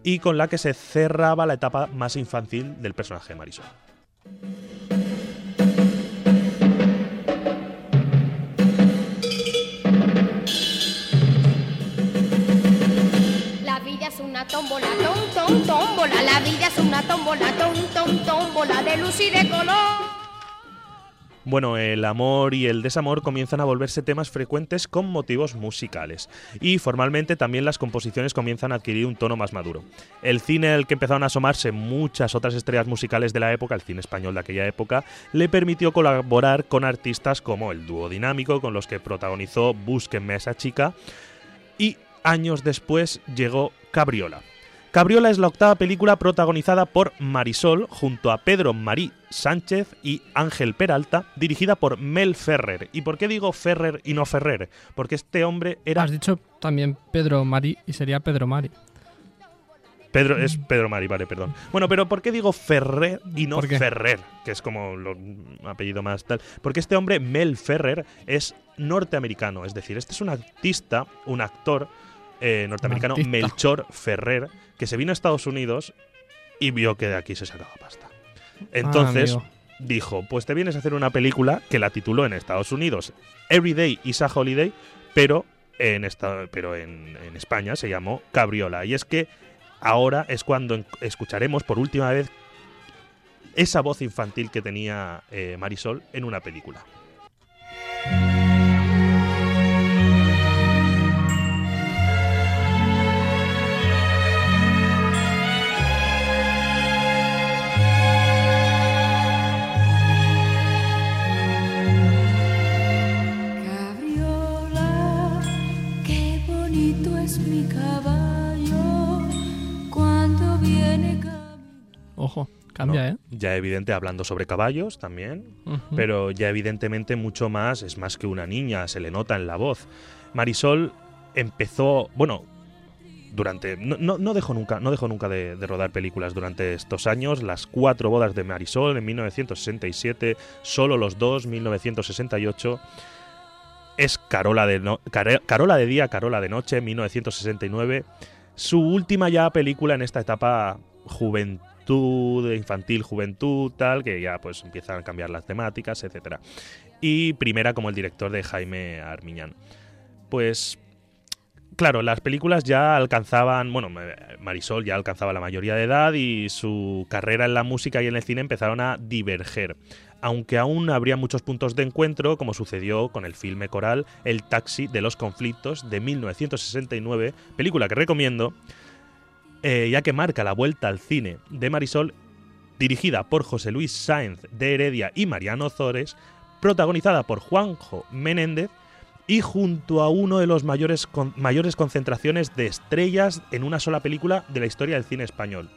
y con la que se cerraba la etapa más infantil del personaje de Marisol. La vida es una tómbola, tom, tom, tómbola. La vida es una tómbola, tom, tom, tómbola de luz y de color. Bueno, el amor y el desamor comienzan a volverse temas frecuentes con motivos musicales. Y formalmente también las composiciones comienzan a adquirir un tono más maduro. El cine al que empezaron a asomarse muchas otras estrellas musicales de la época, el cine español de aquella época, le permitió colaborar con artistas como el dúo dinámico, con los que protagonizó Búsquenme a esa chica. Y años después llegó Cabriola. Cabriola es la octava película protagonizada por Marisol junto a Pedro Marí Sánchez y Ángel Peralta, dirigida por Mel Ferrer. ¿Y por qué digo Ferrer y no Ferrer? Porque este hombre era Has dicho también Pedro Mari y sería Pedro Mari. Ah, Pedro es Pedro Mari, vale, perdón. Bueno, pero ¿por qué digo Ferrer y no ¿Por qué? Ferrer? Que es como lo- un apellido más tal. Porque este hombre, Mel Ferrer, es norteamericano. Es decir, este es un artista, un actor eh, norteamericano, Artista. Melchor Ferrer, que se vino a Estados Unidos y vio que de aquí se sacaba pasta. Entonces, Ah, amigo. dijo, pues te vienes a hacer una película que la tituló en Estados Unidos Everyday Isa Holiday, pero en, esta- pero en, en España se llamó Cabriola. Y es que ahora es cuando en- escucharemos por última vez esa voz infantil que tenía eh, Marisol en una película. Cabriola, qué bonito es mi caballo cuando viene caminando. Ojo, cambia, ¿no? ¿eh? Ya evidente, hablando sobre caballos también, Ujú. pero ya evidentemente mucho más, es más que una niña, se le nota en la voz. Marisol empezó, bueno, durante, no, no, no dejó nunca, no dejó nunca de, de rodar películas durante estos años, Las cuatro bodas de Marisol en 1967, Solo los dos, 1968. Es Carola de, no- Care- Carola de día, Carola de noche, 1969. Su última ya película en esta etapa juventud, infantil, juventud, tal, que ya pues empiezan a cambiar las temáticas, etcétera. Y primera como el director de Jaime Armiñán. Pues claro, las películas ya alcanzaban, bueno, Marisol ya alcanzaba la mayoría de edad y su carrera en la música y en el cine empezaron a diverger. Aunque aún habría muchos puntos de encuentro, como sucedió con el filme coral El taxi de los conflictos de 1969, película que recomiendo, eh, ya que marca la vuelta al cine de Marisol, dirigida por José Luis Sáenz de Heredia y Mariano Zores, protagonizada por Juanjo Menéndez y junto a uno de los mayores, con- mayores concentraciones de estrellas en una sola película de la historia del cine español.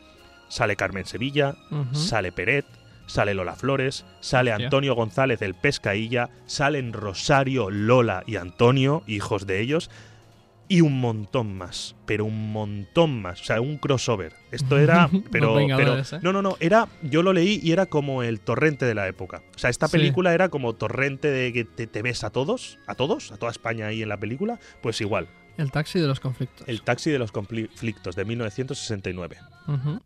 Sale Carmen Sevilla, Ujú. sale Peret, sale Lola Flores, sale Hostia. Antonio González el Pescailla, salen Rosario, Lola y Antonio, hijos de ellos, y un montón más, pero un montón más, o sea, un crossover. Esto era, Los pero, pero Vengadores, ¿eh? no, no, no, era, yo lo leí y era como el torrente de la época. O sea, esta Sí. película era como torrente de que te, te ves a todos, a todos, a toda España ahí en la película, pues igual, El taxi de los conflictos. el taxi de los conflictos de 1969. Ujú.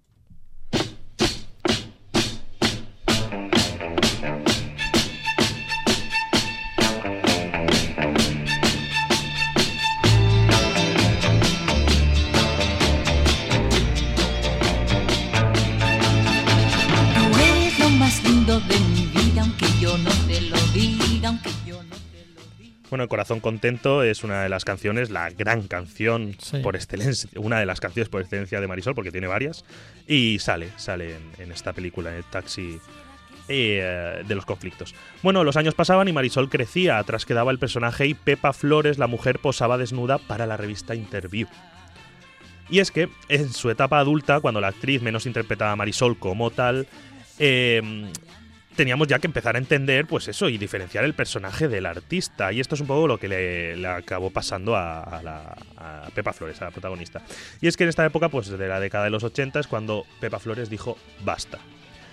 Tú eres lo más lindo de mi vida, aunque yo no te lo diga, aunque yo no te lo diga. Bueno, Corazón Contento es una de las canciones, la gran canción Sí. por excelencia, una de las canciones por excelencia de Marisol, porque tiene varias, y sale, sale en, en esta película, en el taxi eh, de los conflictos. Bueno, los años pasaban y Marisol crecía, atrás quedaba el personaje y Pepa Flores, la mujer, posaba desnuda para la revista Interview. Y es que en su etapa adulta, cuando la actriz menos interpretaba a Marisol como tal, eh, teníamos ya que empezar a entender, pues eso, y diferenciar el personaje del artista. Y esto es un poco lo que le, le acabó pasando a, a la, a Pepa Flores, a la protagonista. Y es que en esta época, pues de la década de los 80, es cuando Pepa Flores dijo basta.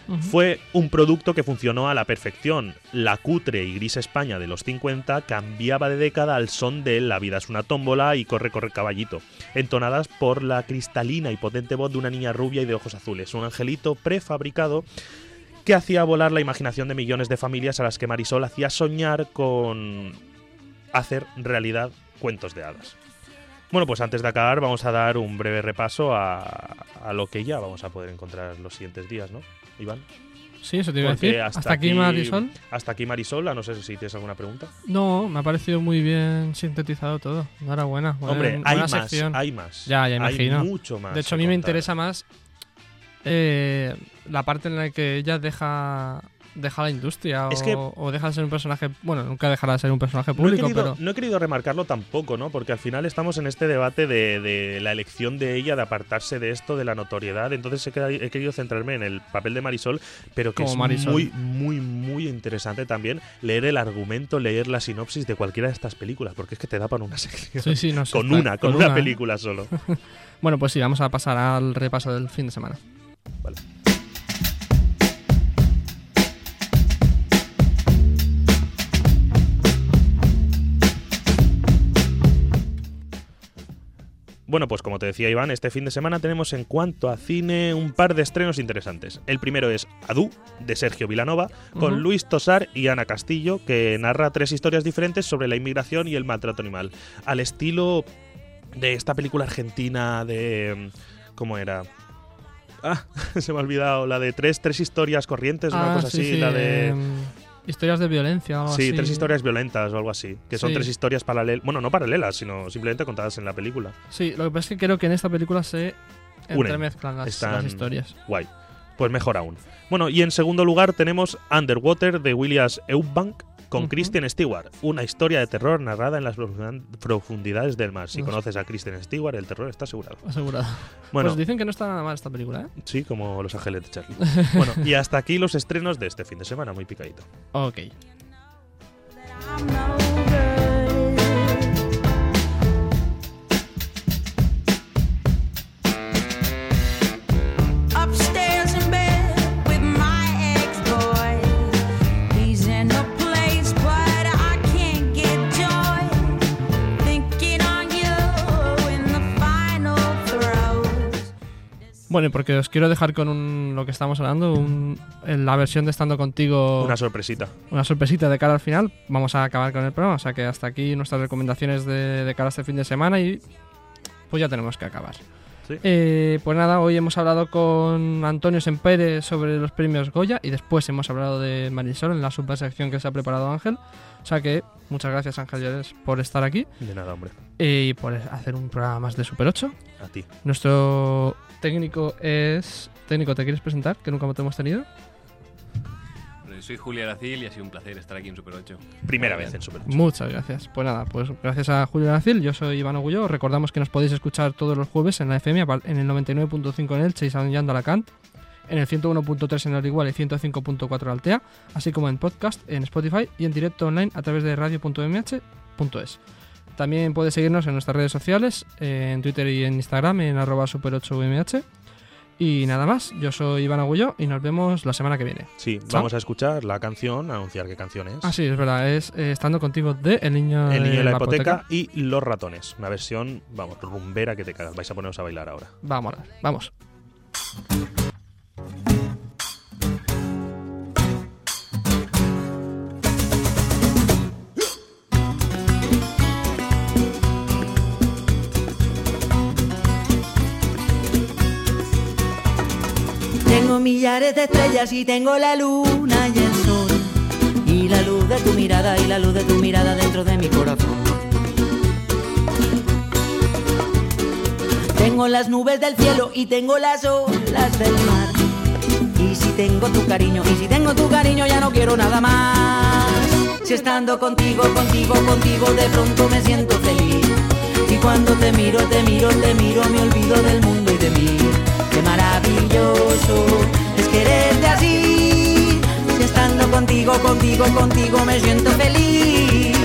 Ujú. Fue un producto que funcionó a la perfección. La cutre y gris España de los 50 cambiaba de década al son de La vida es una tómbola y Corre, corre caballito, entonadas por la cristalina y potente voz de una niña rubia y de ojos azules, un angelito prefabricado que hacía volar la imaginación de millones de familias a las que Marisol hacía soñar con hacer realidad cuentos de hadas. Bueno, pues antes de acabar vamos a dar un breve repaso a, a lo que ya vamos a poder encontrar los siguientes días, ¿no, Iván? Sí, eso te iba a Porque decir. Hasta, aquí, Marisol. Hasta aquí Marisol, a no sé si tienes alguna pregunta. No, me ha parecido muy bien sintetizado todo. Enhorabuena. Buena, Hombre, buena hay más, sección. hay más. Ya, ya imagino. Hay mucho más. De hecho, que a mí me contar. interesa más eh, la parte en la que ella deja, deja la industria Es o, que- o deja de ser un personaje. Bueno, nunca dejará de ser un personaje No he, público, querido, pero. no he querido remarcarlo tampoco, ¿no? Porque al final estamos en este debate de, de la elección de ella, de apartarse de esto, de la notoriedad. Entonces he, queda- he querido centrarme en el papel de Marisol, pero que Como es Marisol. muy, muy, muy interesante también leer el argumento, leer la sinopsis de cualquiera de estas películas, porque es que te da para una sección. Sí, sí, no sé, Con está- una, con, una, ¿eh? película solo. Bueno, pues sí, vamos a pasar al repaso del fin de semana. Vale. Bueno, pues como te decía Iván, este fin de semana tenemos en cuanto a cine un par de estrenos interesantes. El primero es Adu, de Sergio Vilanova, con Ujú. Luis Tosar y Ana Castillo, que narra tres historias diferentes sobre la inmigración y el maltrato animal. Al estilo de esta película argentina de... mm, ¿Cómo era? Ah, se me ha olvidado, la de tres, tres historias corrientes, una Ah, cosa sí, así, sí, la de... em, Historias de violencia o algo Sí, así. tres historias violentas o algo así. Que son Sí. tres historias paralelas. Bueno, no paralelas, sino simplemente contadas en la película. Sí, lo que pasa es que creo que en esta película se Unen. entremezclan las, Están- las historias. Guay. Pues mejor aún. Bueno, y en segundo lugar tenemos Underwater de Williams Eubank con Ujú. Kristen Stewart. Una historia de terror narrada en las profundan- profundidades del mar. Si No sé. conoces a Kristen Stewart, el terror está asegurado. Asegurado. Bueno, Pues dicen que no está nada mal esta película, ¿eh? sí, como Los Ángeles de Charlie. bueno, y hasta aquí los estrenos de este fin de semana, muy picadito. Ok. Upstairs in bed with my ex-boy. He's in a place, but I can't get joy. Thinking on you in the final throes. Bueno, porque os quiero dejar con un- lo que estamos hablando, un- en la versión de Estando Contigo, Una sorpresita. una sorpresita de cara al final. Vamos a acabar con el programa, o sea que hasta aquí nuestras recomendaciones de, de cara a este fin de semana y pues ya tenemos que acabar. Sí. Eh, pues nada, hoy hemos hablado con Antonio Sempere sobre los premios Goya y después hemos hablado de Marisol en la supersección que se ha preparado Ángel. O sea que muchas gracias Ángel Llores por estar aquí eh, De nada, hombre. y por hacer un programa más de Super 8. A ti. Nuestro técnico es. Técnico, ¿te quieres presentar? Que nunca te hemos tenido. Soy Julia Aracil y ha sido un placer estar aquí en Super 8. Primera vez en Super 8. Muchas gracias. Pues nada, pues gracias a Julio Nacil, yo soy Iván Ogullo. Recordamos que nos podéis escuchar todos los jueves en la FM, apar- en el 99.5 en Elche y San Juan de Alacant, en el 101.3 en Orihuela y 105.4 en Altea, así como en podcast, en Spotify y en directo online a través de radio.mh.es. También puedes seguirnos en nuestras redes sociales, eh, en Twitter y en Instagram, en arroba super8mh. Y nada más, yo soy Iván Agullo y nos vemos la semana que viene. Sí, vamos a escuchar la canción, anunciar qué canción es. Ah, sí, es verdad, es eh, Estando Contigo de El Niño, El niño de Eh, la hipoteca y Los ratones. Una versión, vamos, rumbera que te cagas. Vais a poneros a bailar ahora. Vamos, vamos. Tengo millares de estrellas y tengo la luna y el sol. Y la luz de tu mirada y la luz de tu mirada dentro de mi corazón. Tengo las nubes del cielo y tengo las olas del mar. Y si tengo tu cariño, y si tengo tu cariño ya no quiero nada más. Si estando contigo, contigo, contigo de pronto me siento feliz. Y cuando te miro, te miro, te miro, me olvido del mundo y de mí. Qué maravilloso es quererte así. Si estando contigo, contigo, contigo me siento feliz.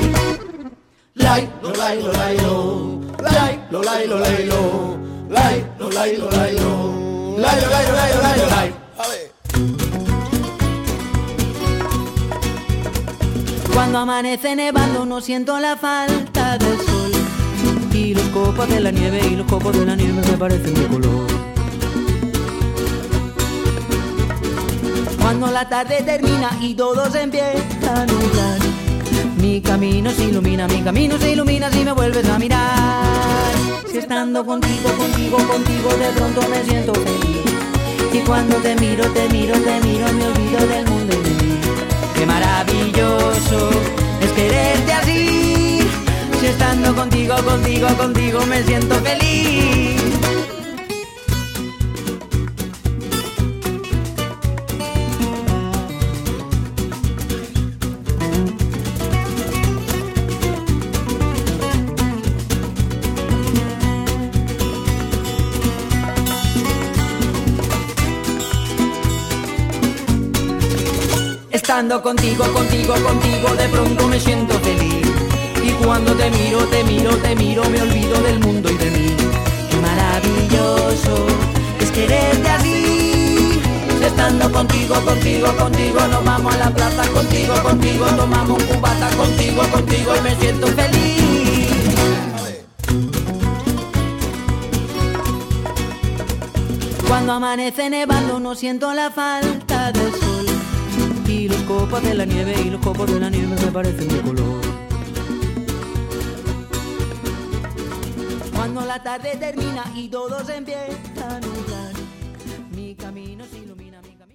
Lai, lo, lai, lo, lai, lo. Lai, lo, lai, lo, lai, lo. Lai, lo, lai, lo, lai, lo. Lai, lo, lai, lo, lai, lo, lai, lo, lai. Cuando amanece nevando no siento la falta del sol Y los copos de la nieve y los copos de la nieve me parecen de color Cuando la tarde termina y todo se empieza a nublar Mi camino se ilumina, mi camino se ilumina si me vuelves a mirar Si estando contigo, contigo, contigo de pronto me siento feliz Y cuando te miro, te miro, te miro me olvido del mundo y de mí Qué maravilloso es quererte así. Si estando contigo, contigo, contigo me siento feliz. Estando contigo, contigo, contigo, de pronto me siento feliz. Y cuando te miro, te miro, te miro, me olvido del mundo y de mí. Qué maravilloso es quererte así. Estando contigo, contigo, contigo, nos vamos a la plaza contigo, contigo, tomamos un cubata contigo, contigo y me siento feliz. Cuando amanece nevando no siento la falta del sol Y los copos de la nieve y los copos de la nieve me parecen de color Cuando la tarde termina y todo se empieza a nublar